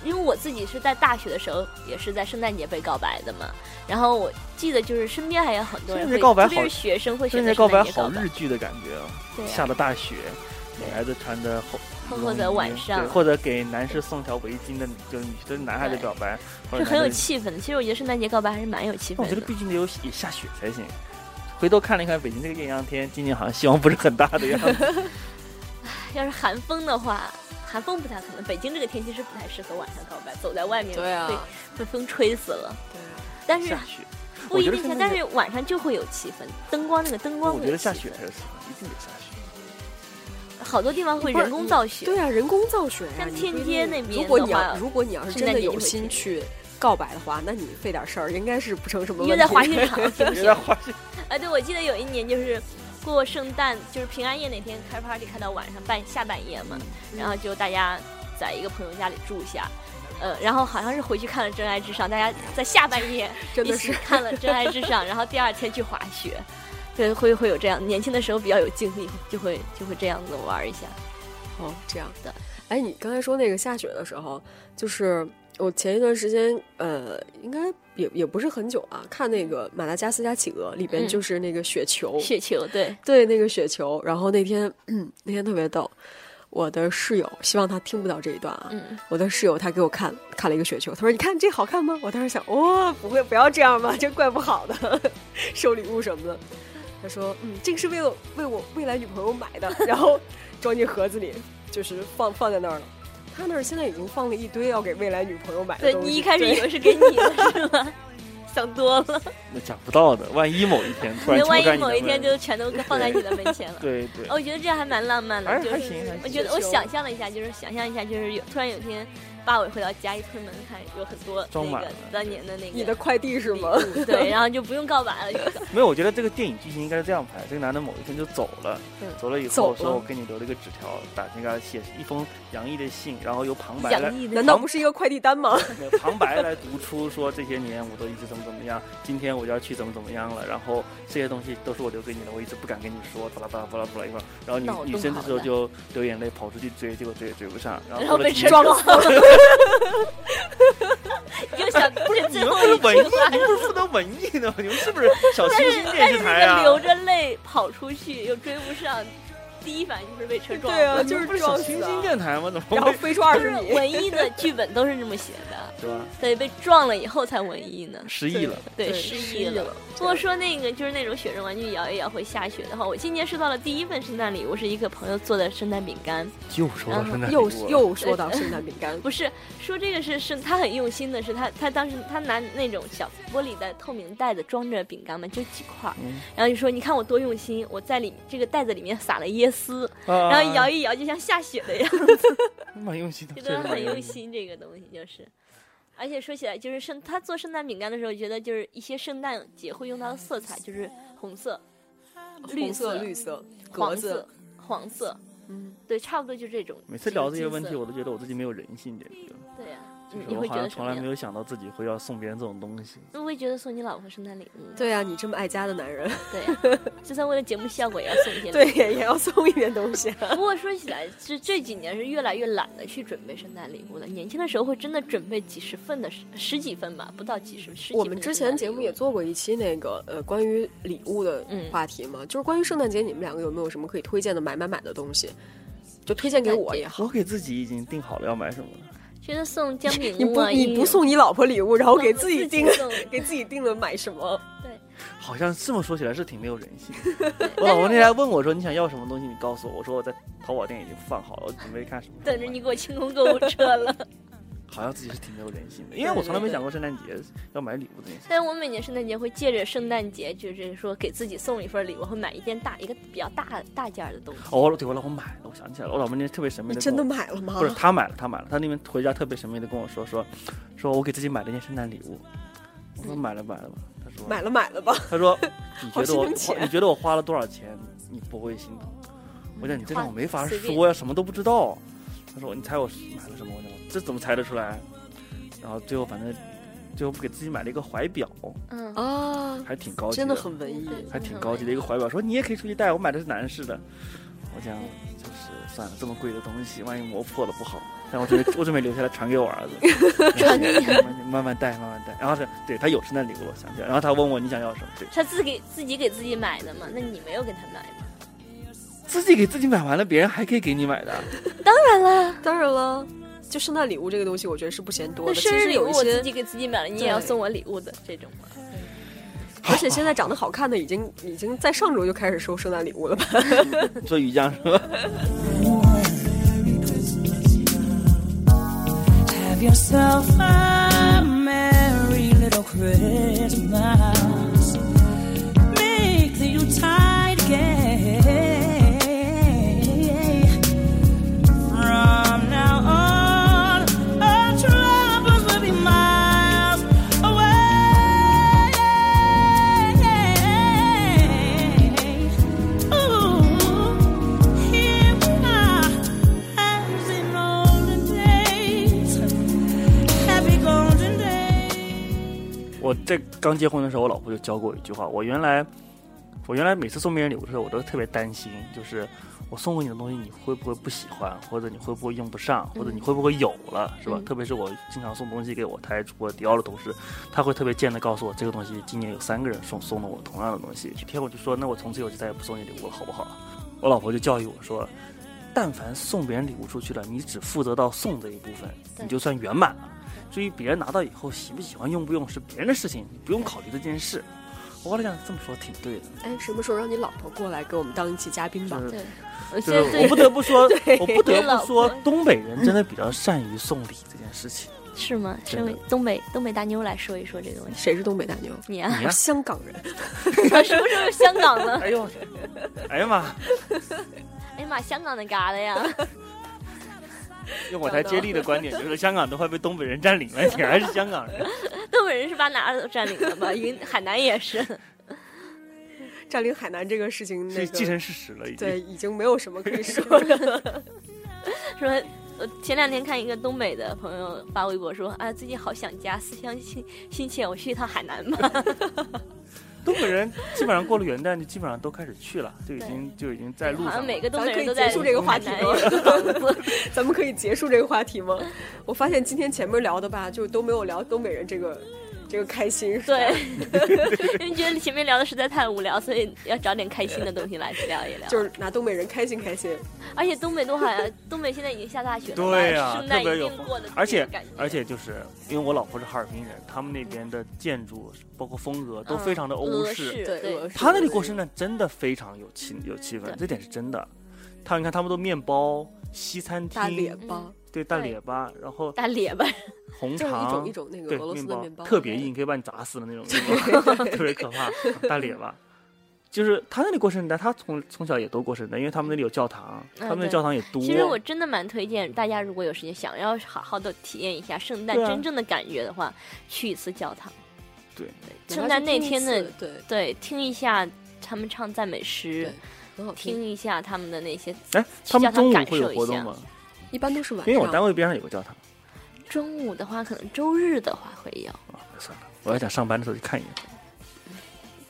Speaker 3: 因为我自己是在大学的时候也是在圣诞节被告白的嘛。然后我记得就是身边还有很多人
Speaker 4: 圣诞
Speaker 3: 会，
Speaker 4: 节告白
Speaker 3: 特别
Speaker 4: 好
Speaker 3: 是学生会
Speaker 4: 圣
Speaker 3: 选
Speaker 4: 诞
Speaker 3: 择
Speaker 4: 节
Speaker 3: 圣
Speaker 4: 告白
Speaker 3: 诞节
Speaker 4: 好
Speaker 3: 告白
Speaker 4: 日剧的感觉啊，
Speaker 3: 对啊
Speaker 4: 下了大雪，女
Speaker 3: 对
Speaker 4: 孩子穿着厚
Speaker 3: 厚
Speaker 4: 羽
Speaker 3: 厚
Speaker 4: 绒
Speaker 3: 的晚
Speaker 4: 衣
Speaker 3: 上
Speaker 4: 嗯对或者给男士送条围巾的女，就是女就是男孩子
Speaker 3: 对
Speaker 4: 表白，或
Speaker 3: 是
Speaker 4: 者
Speaker 3: 很有
Speaker 4: 男的。
Speaker 3: 气氛的。其实我觉得圣诞节告白还是蛮有气
Speaker 4: 但
Speaker 3: 氛
Speaker 4: 我觉得
Speaker 3: 的。
Speaker 4: 必须得有也下雪才行。回头看了一看北京这个艳阳天，今年好像希望不是很大的样 子。
Speaker 3: 要是寒风的话，寒风不太可能，北京这个天气是不太适合晚上告白，走在外面
Speaker 2: 对啊
Speaker 3: 被被风吹死了。
Speaker 2: 对啊
Speaker 3: 但是
Speaker 4: 下雪，
Speaker 3: 不一
Speaker 4: 我觉得
Speaker 3: 定下
Speaker 4: 圣，诞
Speaker 3: 但
Speaker 4: 节
Speaker 3: 是晚上就会有气氛，灯光那个灯光
Speaker 4: 我
Speaker 3: 会有气氛。
Speaker 4: 觉得下雪才是什么，一定得下雪。
Speaker 3: 好多地方会
Speaker 2: 不是
Speaker 3: 人工造雪。
Speaker 2: 对啊，人工造雪呀、
Speaker 3: 像
Speaker 2: 你
Speaker 3: 天
Speaker 2: 不一
Speaker 3: 街
Speaker 2: 定
Speaker 3: 那边
Speaker 2: 如果
Speaker 3: 的
Speaker 2: 你
Speaker 3: 话
Speaker 2: 要如果你要是
Speaker 3: 圣
Speaker 2: 真
Speaker 3: 诞
Speaker 2: 的
Speaker 3: 节
Speaker 2: 有
Speaker 3: 就会
Speaker 2: 心
Speaker 3: 停
Speaker 2: 去告白的话，那你费点事儿应该是不成什么问题。
Speaker 3: 约在滑雪 场行不
Speaker 4: 别
Speaker 3: 行
Speaker 4: 在？花 雪，
Speaker 3: 哎，对，我记得有一年就是过圣诞，就是平安夜那天开 party 开到晚上半下半夜
Speaker 2: 嗯
Speaker 3: 嘛，然后就大家在一个朋友家里住下，呃，然后好像是回去看了《真爱至上》，大家在下半夜
Speaker 2: 真
Speaker 3: 一
Speaker 2: 的
Speaker 3: 起
Speaker 2: 是
Speaker 3: 看了《真爱至上》，然后第二天去滑雪，对，会会有这样，年轻的时候比较有精力，就会就会这样子玩一下。
Speaker 2: 哦，这样
Speaker 3: 对。
Speaker 2: 哎，你刚才说那个下雪的时候，就是我前一段时间，呃，应该也也不是很久啊，看那个《马达加斯加企鹅》里边
Speaker 3: 嗯
Speaker 2: 就是那个雪球，
Speaker 3: 雪球，对，
Speaker 2: 对，那个雪球。然后那天嗯那天特别逗，我的室友希望他听不到这一段啊。
Speaker 3: 嗯，
Speaker 2: 我的室友他给我看看了一个雪球，他说：“你看这好看吗？”我当时想，哦，不会不要这样吧，这怪不好的， 收礼物什么的。他说：“嗯，这个是为了为我未来女朋友买的，然后装进盒子里，就是放放在那儿了。他那儿现在已经放了一堆要给未来女朋友买的
Speaker 3: 对
Speaker 2: 东西。
Speaker 3: 你一开始
Speaker 2: 对
Speaker 3: 以为是给你的是吗？ 想多了，
Speaker 4: 那想不到的，万一某一天突然
Speaker 3: 那
Speaker 4: 敲开
Speaker 3: 万
Speaker 4: 你的
Speaker 3: 一
Speaker 4: 门，
Speaker 3: 某一天就全都放在你的 门前了。
Speaker 4: 对 对
Speaker 3: 哦，我觉得这样还蛮浪漫的
Speaker 4: 哎还，是
Speaker 3: 就
Speaker 4: 还
Speaker 3: 是
Speaker 4: 行还
Speaker 3: 我
Speaker 4: 行
Speaker 3: 觉得
Speaker 2: 雪
Speaker 3: 我
Speaker 2: 球
Speaker 3: 想象了一下，就是想象一下，就是有突然有一天，爸我回到家一推门看有很多
Speaker 4: 装
Speaker 3: 那
Speaker 4: 满
Speaker 3: 个
Speaker 4: 了
Speaker 3: 当年的那个
Speaker 2: 你的快递是吗？
Speaker 3: 礼物对，然后就不用告白了， 就
Speaker 4: 没有，我觉得这个电影剧情应该是这样拍：这个男的某一天就走了，
Speaker 2: 嗯
Speaker 4: 走了以
Speaker 2: 走
Speaker 4: 后
Speaker 2: 了
Speaker 4: 说：“我给你留了一个纸条，打那个写一封洋溢的信，然后由旁白来
Speaker 3: 洋溢的
Speaker 2: 难道不是一个快递单吗？
Speaker 4: 旁白来读出，说这些年我都一直怎么怎么样，今天我就要去怎么怎么样了，然后这些东西都是我留给你的，我一直不敢跟你说，巴拉巴拉巴拉巴拉一会儿，然后
Speaker 3: 脑洞
Speaker 4: 女女生
Speaker 3: 好
Speaker 4: 这时候
Speaker 3: 大
Speaker 4: 就流眼泪跑出去追，结果追也追不上，然后
Speaker 3: 然
Speaker 4: 过
Speaker 3: 后
Speaker 4: 了
Speaker 3: 被
Speaker 4: 几
Speaker 3: 车
Speaker 4: 年
Speaker 3: 撞了，你就想不是
Speaker 4: 你
Speaker 3: 最
Speaker 4: 们
Speaker 3: 后
Speaker 4: 不
Speaker 3: 一
Speaker 4: 能文艺，
Speaker 3: 句话
Speaker 4: 你。们不是不能文艺的吗？你们是 不是小清
Speaker 3: 但是
Speaker 4: 新电
Speaker 3: 但
Speaker 4: 视
Speaker 3: 是
Speaker 4: 台
Speaker 3: 那个
Speaker 4: 啊？
Speaker 3: 流着泪跑出去又追不上，第一反应就是被车撞
Speaker 2: 对啊，
Speaker 3: 了。
Speaker 2: 就是
Speaker 4: 不是
Speaker 2: 撞
Speaker 4: 小
Speaker 2: 死
Speaker 4: 清
Speaker 2: 啊
Speaker 4: 新电台吗？怎么
Speaker 2: 然后
Speaker 4: 会
Speaker 2: 飞出二
Speaker 3: 就
Speaker 2: 十
Speaker 3: 是
Speaker 2: 米，
Speaker 3: 文艺的剧本都是这么写的，
Speaker 4: 对吧？
Speaker 3: 对，被撞了以后才文艺呢。
Speaker 4: 失忆了，
Speaker 3: 对，
Speaker 2: 对
Speaker 3: 失
Speaker 2: 失
Speaker 3: 忆
Speaker 2: 忆
Speaker 3: 了。
Speaker 2: 了
Speaker 3: 不过说那个就是那种雪人玩具摇一摇会下雪的话，我今年收到了第一份圣诞礼物，是一个朋友做的圣诞饼干。
Speaker 4: 又收
Speaker 3: 到圣
Speaker 4: 诞
Speaker 2: 又又说到圣诞饼干，
Speaker 3: 不是说这个是是，他很用心的是他他当时他拿那种小玻璃的透明袋子装着饼干嘛，就几块儿，
Speaker 4: 嗯
Speaker 3: 然后就说你看我多用心，我在里这个袋子里面撒了椰丝，
Speaker 4: 然
Speaker 3: 然后摇一摇就像下雪的样子，
Speaker 4: 啊蛮用心的，
Speaker 3: 觉
Speaker 4: 确实
Speaker 3: 得
Speaker 4: 蛮
Speaker 3: 很用
Speaker 4: 用的。
Speaker 3: 心这个东西就是。而且说起来，就是圣他做圣诞饼干的时候，觉得就是一些圣诞节会用到的色彩，就是红色、绿
Speaker 2: 红色、
Speaker 3: 色
Speaker 2: 绿色、格
Speaker 3: 黄
Speaker 2: 子
Speaker 3: 色，、黄色，
Speaker 2: 嗯，
Speaker 3: 对，差不多就这种。
Speaker 4: 每次聊这些问题，
Speaker 3: 金色
Speaker 4: 我都觉得我自己没有人性，这个
Speaker 3: 对呀、
Speaker 4: 就
Speaker 3: 嗯
Speaker 4: 是
Speaker 3: 你
Speaker 4: 我
Speaker 3: 会觉
Speaker 4: 好
Speaker 3: 得
Speaker 4: 像
Speaker 3: 什
Speaker 4: 从
Speaker 3: 么
Speaker 4: 来没
Speaker 3: 呀？
Speaker 4: 有想到自己会要送别人这种东西。
Speaker 3: 你会觉得送你老婆圣诞礼物？
Speaker 2: 对啊，你这么爱家的男 人，
Speaker 3: 对呀、就算为了节目效果也要送 一些。
Speaker 2: 对，。也要送一点东西啊。
Speaker 3: 不过说起来，是这几年是越来越懒得去准备圣诞礼物了。年轻的时候会真的准备几十份的，十十几份吧，不到几十。十几份
Speaker 2: 我们之前节目也
Speaker 3: 圣
Speaker 2: 做过一期那个呃关于礼物的
Speaker 3: 嗯
Speaker 2: 话题嘛，就是关于圣诞节你们两个有没有什么可以推荐的买买买的东西，就推荐给我也好。
Speaker 4: 我给自己已经定好了要买什么了，
Speaker 3: 诞礼物，觉得送姜饼
Speaker 2: 你
Speaker 3: 屋
Speaker 2: 不
Speaker 3: 啊，
Speaker 2: 你
Speaker 3: 应
Speaker 2: 不
Speaker 3: 有
Speaker 2: 送你老婆礼物，然后给自己定
Speaker 3: 自己送
Speaker 2: 给自己定了买什么？
Speaker 4: 好像这么说起来是挺没有人性的。 我老婆那天还问我说：“你想要什么东西？你告诉我。”我说：“我在淘宝店已经放好了，我准备看什么。”
Speaker 3: 等着你，给我清空购物 车了。
Speaker 4: 好像自己是挺没有人性的，因为我从来没想过圣诞节要买礼物这件
Speaker 2: 哎
Speaker 4: 事。
Speaker 3: 但我每年圣诞节会借着圣诞节，就是说给自己送一份礼物，会买一件大一个比较大大件儿的东西。
Speaker 4: 哦，对，我老婆买了，我想起来了，我老婆那天特别神秘
Speaker 2: 你
Speaker 4: 的，
Speaker 2: 真的买了吗？
Speaker 4: 不是他买了，他买了，他那边回家特别神秘的跟我说说，说我给自己买了一件圣诞礼物。我说买了买了吧，他说
Speaker 2: 买了买了吧，
Speaker 4: 他说你觉
Speaker 2: 好
Speaker 4: 得
Speaker 2: 心
Speaker 4: 我
Speaker 2: 疼
Speaker 4: 花
Speaker 2: 钱嗯
Speaker 4: 你觉得我花了多少钱，你不会心疼？我讲你这让我没法
Speaker 3: 随便
Speaker 4: 说呀，什么都不知道。他说你猜我买了什么？我讲这怎么猜得出来？然后最后反正最后给自己买了一个怀表，
Speaker 3: 嗯，
Speaker 2: 啊，
Speaker 4: 还挺高级
Speaker 2: 真的很嗯文艺。
Speaker 4: 还挺高级的一个怀表，说你也可以出去戴，我买的是男士的。我讲就是算了，这么贵的东西，万一磨破了不好。但我准备我准备留下来传给我 儿子，传给慢慢戴慢慢戴。然后是对他有圣诞礼物了，我想起来。然后他问我你想要什么，对
Speaker 3: 他自己自己给自己买的嘛，那你没有给他买吗？
Speaker 4: 自己给自己买完了，别人还可以给你买的。
Speaker 3: 当然啦，
Speaker 2: 当然了，就圣诞礼物这个东西，我觉得是不嫌多
Speaker 3: 那
Speaker 2: 的。
Speaker 3: 生
Speaker 2: 其
Speaker 3: 日
Speaker 2: 实
Speaker 3: 礼物
Speaker 2: 有一
Speaker 3: 我
Speaker 2: 些
Speaker 3: 自己给自己买了，你也要送我礼物的这种嘛。
Speaker 2: 而且现在长得好看的已经已经在上周就开始收圣诞礼物了吧？
Speaker 4: 做瑜伽是吧？
Speaker 6: Have yourself a merry little Christmas. Make the Yuletide gay. From now on, our troubles will be miles away. Ooh, here we are, as in olden days. Happy golden days.
Speaker 4: 我在刚结婚的时候，我老婆就教过我一句话。我原来，我原来每次送别人礼物的时候，我都特别担心，就是我送过你的东西，你会不会不喜欢，或者你会不会用不上，或者你会不会有了，是吧？
Speaker 3: 嗯
Speaker 4: 特别是我经常送东西给我台主播迪奥的同事，他会特别贱的告诉我，这个东西今年有三个人送送了我同样的东西。有一天我就说，那我从此以后就再也不送你礼物了，好不好？我老婆就教育我说，但凡送别人礼物出去了，你只负责到送这一部分，
Speaker 3: 对
Speaker 4: 你就算圆满了。至于别人拿到以后喜不喜欢、用不用是别人的事情，你不用考虑这件事。我后来想，这么说挺对的，
Speaker 2: 哎，什么时候让你老婆过来给我们当一期嘉宾吧？
Speaker 4: 就是
Speaker 3: 对我
Speaker 4: 就
Speaker 3: 现在
Speaker 4: 是我
Speaker 3: 对
Speaker 4: 不得不说，我不 得
Speaker 3: 对老
Speaker 4: 不说
Speaker 3: 婆，
Speaker 4: 东北人真的比较善于送礼这件事情。
Speaker 3: 是吗？
Speaker 4: 真
Speaker 3: 身
Speaker 4: 的
Speaker 3: 为东北东北大妞来说一说这个问 题，
Speaker 2: 谁是东北大妞？
Speaker 3: 你啊，
Speaker 4: 你呀、
Speaker 2: 香港人，
Speaker 3: 什么时候香港呢？
Speaker 4: 哎呦，哎呀妈，
Speaker 3: 哎呀妈，香港的旮旯呀！
Speaker 4: 用我台接力的观点，就是香港都快被东北人占领了，你还是香港人。
Speaker 3: 东北人是把哪儿都占领了吧？云海南也是，
Speaker 2: 占领海南这个事情，那
Speaker 4: 是既
Speaker 2: 个
Speaker 4: 成事实了，已
Speaker 2: 对
Speaker 4: 经。
Speaker 2: 已经没有什么可以说 的了。
Speaker 3: 说我前两天看一个东北的朋友发微博说啊，最近好想家，思乡心心切，我去一趟海南 吧。
Speaker 4: 东北人基本上过了元旦就基本上都开始去了，就已经就已经在路
Speaker 3: 好
Speaker 4: 上
Speaker 3: 像
Speaker 4: 了。
Speaker 3: 每个东
Speaker 2: 咱
Speaker 3: 北
Speaker 2: 可
Speaker 3: 人
Speaker 2: 以
Speaker 3: 都
Speaker 2: 结
Speaker 3: 在
Speaker 2: 束这个话
Speaker 3: 海
Speaker 2: 题吗
Speaker 3: 南有一个房 子。
Speaker 2: 咱们可以结束这个话题吗？我发现今天前面聊的吧，就都没有聊东北人这个这个开心。是吧
Speaker 3: 对，因为觉得前面聊的实在太无聊，所以要找点开心的东西来聊一 聊。
Speaker 2: 就是拿东北人开心开心。
Speaker 3: 而且东北都好像，东北现在已经下大雪了吧，
Speaker 4: 对呀、
Speaker 3: 圣诞
Speaker 4: 特
Speaker 3: 一
Speaker 4: 别有
Speaker 3: 定
Speaker 4: 风
Speaker 3: 过得特别有，
Speaker 4: 而且
Speaker 3: 感觉
Speaker 4: 而且就是因为我老婆是哈尔滨人，他们那边的建筑包括风格都非常的欧
Speaker 3: 俄
Speaker 4: 式。
Speaker 3: 对，
Speaker 2: 俄式
Speaker 4: 他那里过圣诞真的非常有气有气氛
Speaker 3: 对，
Speaker 4: 这点是真的。他你看，他们都面包、西餐
Speaker 2: 大列
Speaker 4: 厅，
Speaker 2: 巴，
Speaker 4: 对大
Speaker 3: 对
Speaker 4: 列巴，然后
Speaker 3: 大咧 巴，
Speaker 4: 红
Speaker 2: 就是一
Speaker 4: 肠
Speaker 2: 种一，种那个
Speaker 4: 对
Speaker 2: 俄罗斯的面包，
Speaker 4: 特别硬，可以把你砸死的那种面包， 特别可怕，大列巴。就是他那里过圣诞，他从从小也都过圣诞，因为他们那里有教堂，他们的
Speaker 3: 对
Speaker 4: 教堂也多。
Speaker 3: 其实我真的蛮推荐大家，如果有时间想要好好的体验一下圣诞
Speaker 4: 对啊
Speaker 3: 真正的感觉的话，去一次教堂。
Speaker 4: 对，
Speaker 3: 圣诞那天的，
Speaker 2: 对，
Speaker 3: 对，听一下他们唱赞美诗
Speaker 2: 对，很好听。
Speaker 3: 听一下他们的那些。
Speaker 4: 哎，他
Speaker 3: 去教
Speaker 4: 们
Speaker 3: 堂
Speaker 4: 中午
Speaker 3: 感
Speaker 4: 会有
Speaker 3: 受一
Speaker 4: 活动
Speaker 3: 下
Speaker 4: 吗？
Speaker 2: 一般都是晚
Speaker 4: 因
Speaker 2: 上。
Speaker 4: 为我单位边上有个教堂。
Speaker 3: 中午的话，可能周日的话会有。
Speaker 4: 啊，算了，我要想上班的时候去看一眼。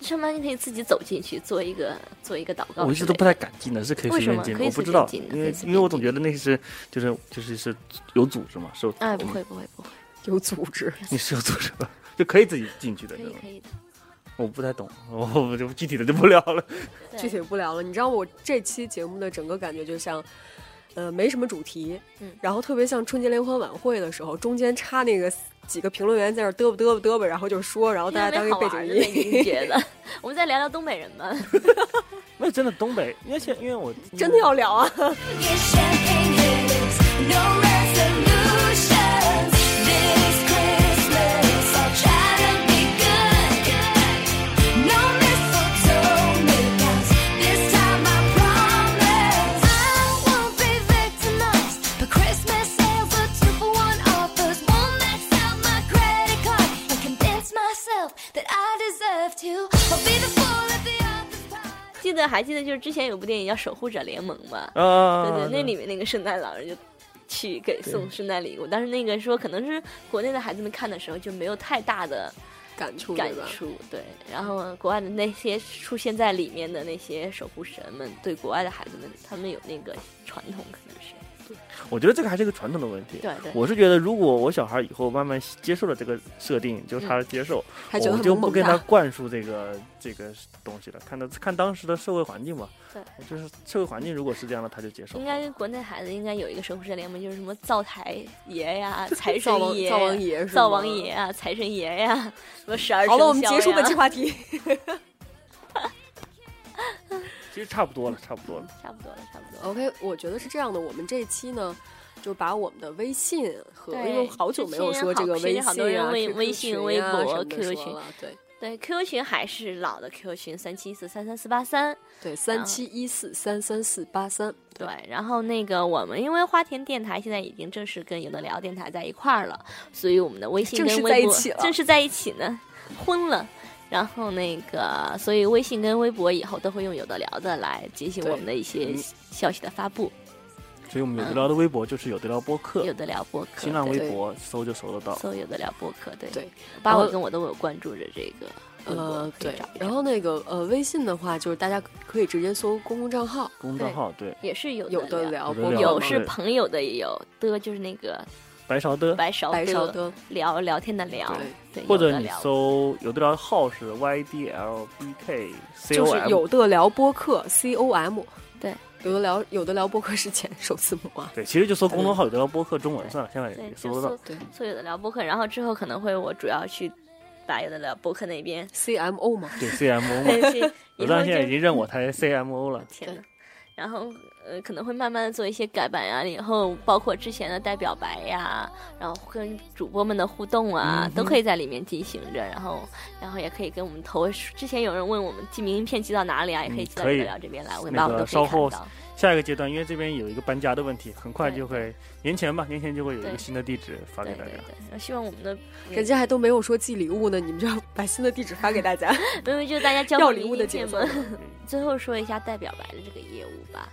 Speaker 3: 上班你可以自己走进去做一个做一个祷哦告之类的。
Speaker 4: 我一直都不太敢进的，是可以
Speaker 3: 为
Speaker 4: 随
Speaker 3: 什
Speaker 4: 便
Speaker 3: 么
Speaker 4: 进的，
Speaker 3: 可以
Speaker 4: 我不
Speaker 3: 随
Speaker 4: 知
Speaker 3: 便
Speaker 4: 道，
Speaker 3: 进的
Speaker 4: 因
Speaker 3: 可以
Speaker 4: 为
Speaker 3: 随
Speaker 4: 因为
Speaker 3: 便
Speaker 4: 我总觉得那是就是就是是有组织嘛，是有
Speaker 3: 哎，
Speaker 4: 我
Speaker 3: 不
Speaker 4: 们
Speaker 3: 会不会不会，
Speaker 2: 有组织，
Speaker 4: 你是有组织吧？就可以自己进去的
Speaker 3: 可
Speaker 4: 那
Speaker 3: 以
Speaker 4: 种，
Speaker 3: 可以的。
Speaker 4: 我不太懂，我我就具体的就不聊了。
Speaker 3: 对
Speaker 2: 具体不聊了。你知道我这期节目的整个感觉就像。呃，没什么主题，
Speaker 3: 嗯
Speaker 2: 然后特别像春节联欢晚会的时候，中间插那个几个评论员在那儿嘚啵嘚啵嘚啵，然后就说，然后大家当一
Speaker 3: 好啊
Speaker 2: 背
Speaker 3: 玩
Speaker 2: 景
Speaker 3: 儿的
Speaker 2: 音。
Speaker 3: 已经觉得，我们再聊聊东北人吧。
Speaker 4: 那真的东北，而且因为我
Speaker 2: 真的要聊 啊！
Speaker 5: Get champagne hits, no resolutions. This Christmas, I'll try to be good. No mistletoe makeouts. This time I promise. I won't be victimized by Christmas sales or two for one offers. Won't max out my credit card and convince myself that I deserve to. I'll be the fool at the office party.
Speaker 3: 记得还记得就是之前有部电影叫《守护者联盟》吗？
Speaker 4: 啊，
Speaker 3: 对对，那里面那个圣诞老人就去给送圣诞礼物，但是那个说可能是国内的孩子们看的时候就没有太大的
Speaker 2: 感触
Speaker 3: 感
Speaker 2: 对吧？
Speaker 3: 触，对。然后国外的那些出现在里面的那些守护神们，对国外的孩子们，他们有那个传统，可能是
Speaker 4: 我觉得这个还是个传统的问题。
Speaker 3: 对对。
Speaker 4: 我是觉得，如果我小孩以后慢慢接受了这个设定，就是他
Speaker 3: 嗯
Speaker 4: 接受，
Speaker 2: 还觉得
Speaker 4: 我
Speaker 2: 很
Speaker 4: 就不
Speaker 2: 萌
Speaker 4: 跟他
Speaker 2: 哒。
Speaker 4: 灌输这个这个东西了，看他看当时的社会环境吧。
Speaker 3: 对，
Speaker 4: 就是社会环境如果是这样的，他就接受。
Speaker 3: 应
Speaker 2: 哦
Speaker 3: 该国内孩子应该有一个守护神联盟，就是什么灶台爷呀、 财神
Speaker 2: 灶王
Speaker 3: 爷、
Speaker 2: 灶王爷是吗
Speaker 3: 灶王爷啊、财神爷呀、什么十二生
Speaker 2: 好
Speaker 3: 肖
Speaker 2: 了，我们结束
Speaker 3: 呀
Speaker 2: 本期话题。
Speaker 4: 其实差不多了，差不多了。
Speaker 3: 差不多了，差不多了。
Speaker 2: OK，我觉得是这样的，我们这一期呢，就把我们的微信和
Speaker 3: 对
Speaker 2: 因为好久没有说这个
Speaker 3: 之
Speaker 2: 微
Speaker 3: 前好之
Speaker 2: 信
Speaker 3: 前
Speaker 2: 啊、
Speaker 3: 好多人微
Speaker 2: QQ
Speaker 3: 微信
Speaker 2: 群啊
Speaker 3: 微博
Speaker 2: 什么的
Speaker 3: QQ
Speaker 2: 说
Speaker 3: 群
Speaker 2: 了，对
Speaker 3: 对，QQ 群还是老的 QQ 群，三七四三三四八三。
Speaker 2: 对，三七一四三三四八三，
Speaker 3: 对，然后那个我们因为花田电台现在已经正式跟有的聊电台在一块儿了，所以我们的微信
Speaker 2: 正式
Speaker 3: 跟
Speaker 2: 在
Speaker 3: 微
Speaker 2: 一
Speaker 3: 博
Speaker 2: 起了
Speaker 3: 正式在一起呢，婚了。然后那个，所以微信跟微博以后都会用有的聊的来进行
Speaker 2: 对
Speaker 3: 我们的一些
Speaker 4: 嗯
Speaker 3: 消息的发布，
Speaker 4: 所以我们有的聊的微博就是有的聊播客
Speaker 3: 嗯有，的聊播客，
Speaker 4: 新浪微
Speaker 3: 对
Speaker 4: 博搜就搜得到。
Speaker 3: 搜有的聊播客，对，
Speaker 2: 对，
Speaker 3: 八
Speaker 2: 然
Speaker 3: 尾
Speaker 2: 后
Speaker 3: 跟我都有关注着这个微博，
Speaker 2: 呃
Speaker 3: 可以
Speaker 2: 对
Speaker 3: 找一，找
Speaker 2: 然后那个呃微信的话，就是大家可以直接搜公共账号，
Speaker 4: 公众号对，
Speaker 3: 也是有
Speaker 2: 有
Speaker 3: 的
Speaker 2: 的聊
Speaker 4: 有的
Speaker 2: 播
Speaker 4: 聊
Speaker 3: 有
Speaker 2: 客
Speaker 4: 对
Speaker 3: 是朋友的也有的，就是那个
Speaker 4: 白勺的，
Speaker 3: 白勺
Speaker 2: 白
Speaker 3: 的
Speaker 2: 勺的，
Speaker 3: 聊聊天的聊，对，
Speaker 4: 或
Speaker 3: 有
Speaker 4: 者
Speaker 3: 的
Speaker 4: 你
Speaker 3: 聊
Speaker 4: 搜有的聊号是 Y D L B K C
Speaker 2: 就
Speaker 4: O
Speaker 2: 是
Speaker 4: M，
Speaker 2: 有的聊播客 C O M，
Speaker 3: 对，
Speaker 2: 有的聊有的聊播客是前 首字母啊，
Speaker 4: 对，其实就搜公众号有的聊播客中文算了，现在
Speaker 3: 对，
Speaker 4: 也
Speaker 3: 就
Speaker 4: 搜得
Speaker 3: 搜
Speaker 4: 到。
Speaker 2: 对
Speaker 3: 搜有的聊播客，然后之后可能会我主要去把有的聊播客那边
Speaker 2: C M O 嘛，
Speaker 4: 对 C M O
Speaker 3: 对
Speaker 4: 嘛，
Speaker 3: 去，以
Speaker 4: 有
Speaker 3: 后
Speaker 4: 的现在已
Speaker 3: 就
Speaker 4: 经认我台 C M O 了，
Speaker 3: 天呐，然后呃可能会慢慢的做一些改版啊，以后包括之前的带表白呀、然后跟主播们的互动啊，
Speaker 4: 嗯
Speaker 3: 都可以在里面进行着，然后然后也可以跟我们投。之前有人问我们寄明信片寄到哪里啊，也可以
Speaker 4: 嗯
Speaker 3: 寄到
Speaker 4: 可以
Speaker 3: 聊聊这边来，我们
Speaker 4: 那
Speaker 3: 把我
Speaker 4: 个
Speaker 3: 们都可以
Speaker 4: 稍
Speaker 3: 看
Speaker 4: 后
Speaker 3: 到。
Speaker 4: 下一个阶段，因为这边有一个搬家的问题，很快
Speaker 3: 对
Speaker 4: 就会年前吧，年前就会有一
Speaker 3: 对
Speaker 4: 个新的地址发
Speaker 3: 对
Speaker 4: 给
Speaker 3: 对
Speaker 4: 大家。
Speaker 3: 对，然后希望我们的
Speaker 2: 人家还都没有说寄礼物呢，你们就要把新的地址发给大家，
Speaker 3: 没有就是大家交
Speaker 2: 要
Speaker 3: 换
Speaker 2: 礼物的节奏
Speaker 3: 嘛。。 最后说一下代表白的这个业务吧。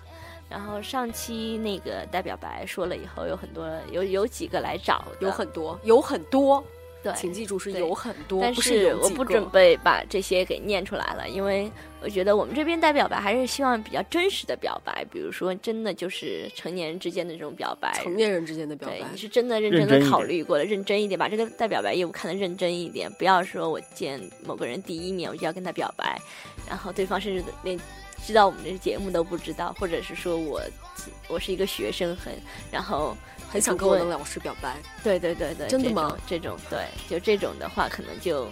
Speaker 3: 然后上期那个代表白说了以后，有很多有有几个来找的，
Speaker 2: 有很多，有很多，
Speaker 3: 对，
Speaker 2: 请记住是
Speaker 3: 对
Speaker 2: 有很多，
Speaker 3: 但
Speaker 2: 不有
Speaker 3: 我
Speaker 2: 几
Speaker 3: 不
Speaker 2: 个
Speaker 3: 准备把这些给念出来了，因为我觉得我们这边代表白还是希望比较真实的表白，比如说真的就是成年人之间的这种表白，
Speaker 2: 成年人之间的表
Speaker 3: 对，
Speaker 2: 白
Speaker 3: 你。是真的认
Speaker 4: 认
Speaker 3: 真
Speaker 4: 真
Speaker 3: 的
Speaker 4: 一
Speaker 3: 考
Speaker 4: 点
Speaker 3: 虑过的，认真一点，把这个代表白业务看得认真一点，不要说我见某个人第一面我就要跟他表白，然后对方甚至连知道我们这个节目都不知道，或者是说我我是一个学生很，然后
Speaker 2: 很想跟我的老师表白，
Speaker 3: 对对对对，
Speaker 2: 真的
Speaker 3: 这
Speaker 2: 吗
Speaker 3: 种？这种对，就这种的话，可能就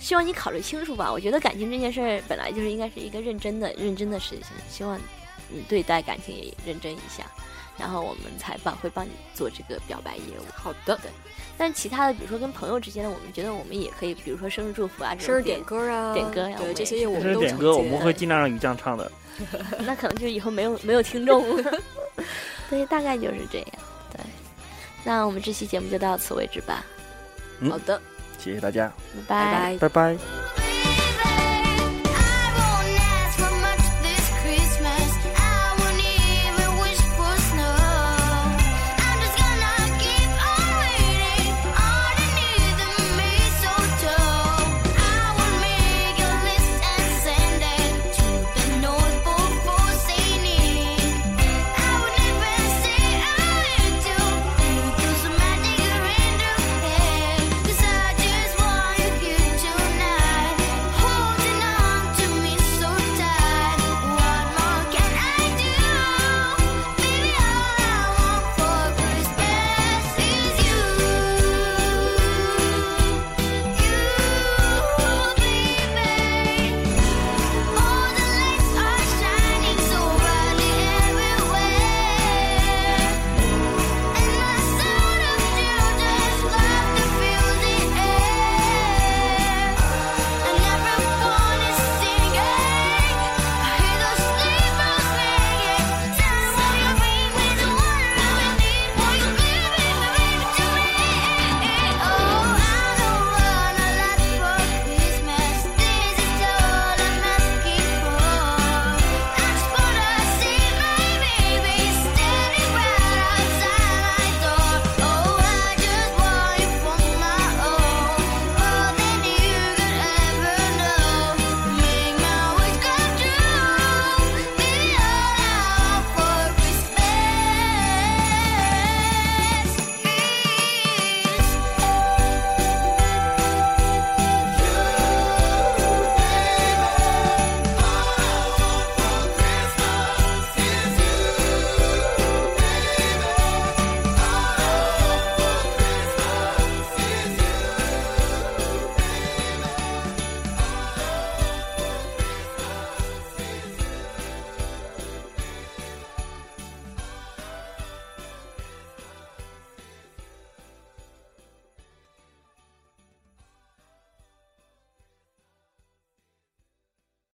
Speaker 3: 希望你考虑清楚吧。我觉得感情这件事儿本来就是应该是一个认真的、认真的事情，希望你对待感情也认真一下，然后我们才帮会帮你做这个表白业务。
Speaker 2: 好的，
Speaker 3: 但其他的，比如说跟朋友之间的，我们觉得我们也可以，比如说生日祝福啊这种
Speaker 2: 生日点
Speaker 3: 点，
Speaker 2: 歌啊，
Speaker 3: 点歌呀我
Speaker 2: 对
Speaker 3: 们
Speaker 2: 这
Speaker 3: 也
Speaker 2: 些业务我
Speaker 4: 但
Speaker 2: 们
Speaker 4: 是
Speaker 2: 都
Speaker 4: 点
Speaker 2: 承
Speaker 4: 歌我
Speaker 2: 接
Speaker 4: 们会尽量让你这样唱的。
Speaker 3: 那可能就以后没有没有听众。 对，大概就是这样。对，那我们这期节目就到此为止吧，
Speaker 4: 嗯
Speaker 2: 好的，
Speaker 4: 谢谢大家，
Speaker 3: 拜
Speaker 2: 拜拜。
Speaker 4: 拜拜。
Speaker 5: Thank Oh,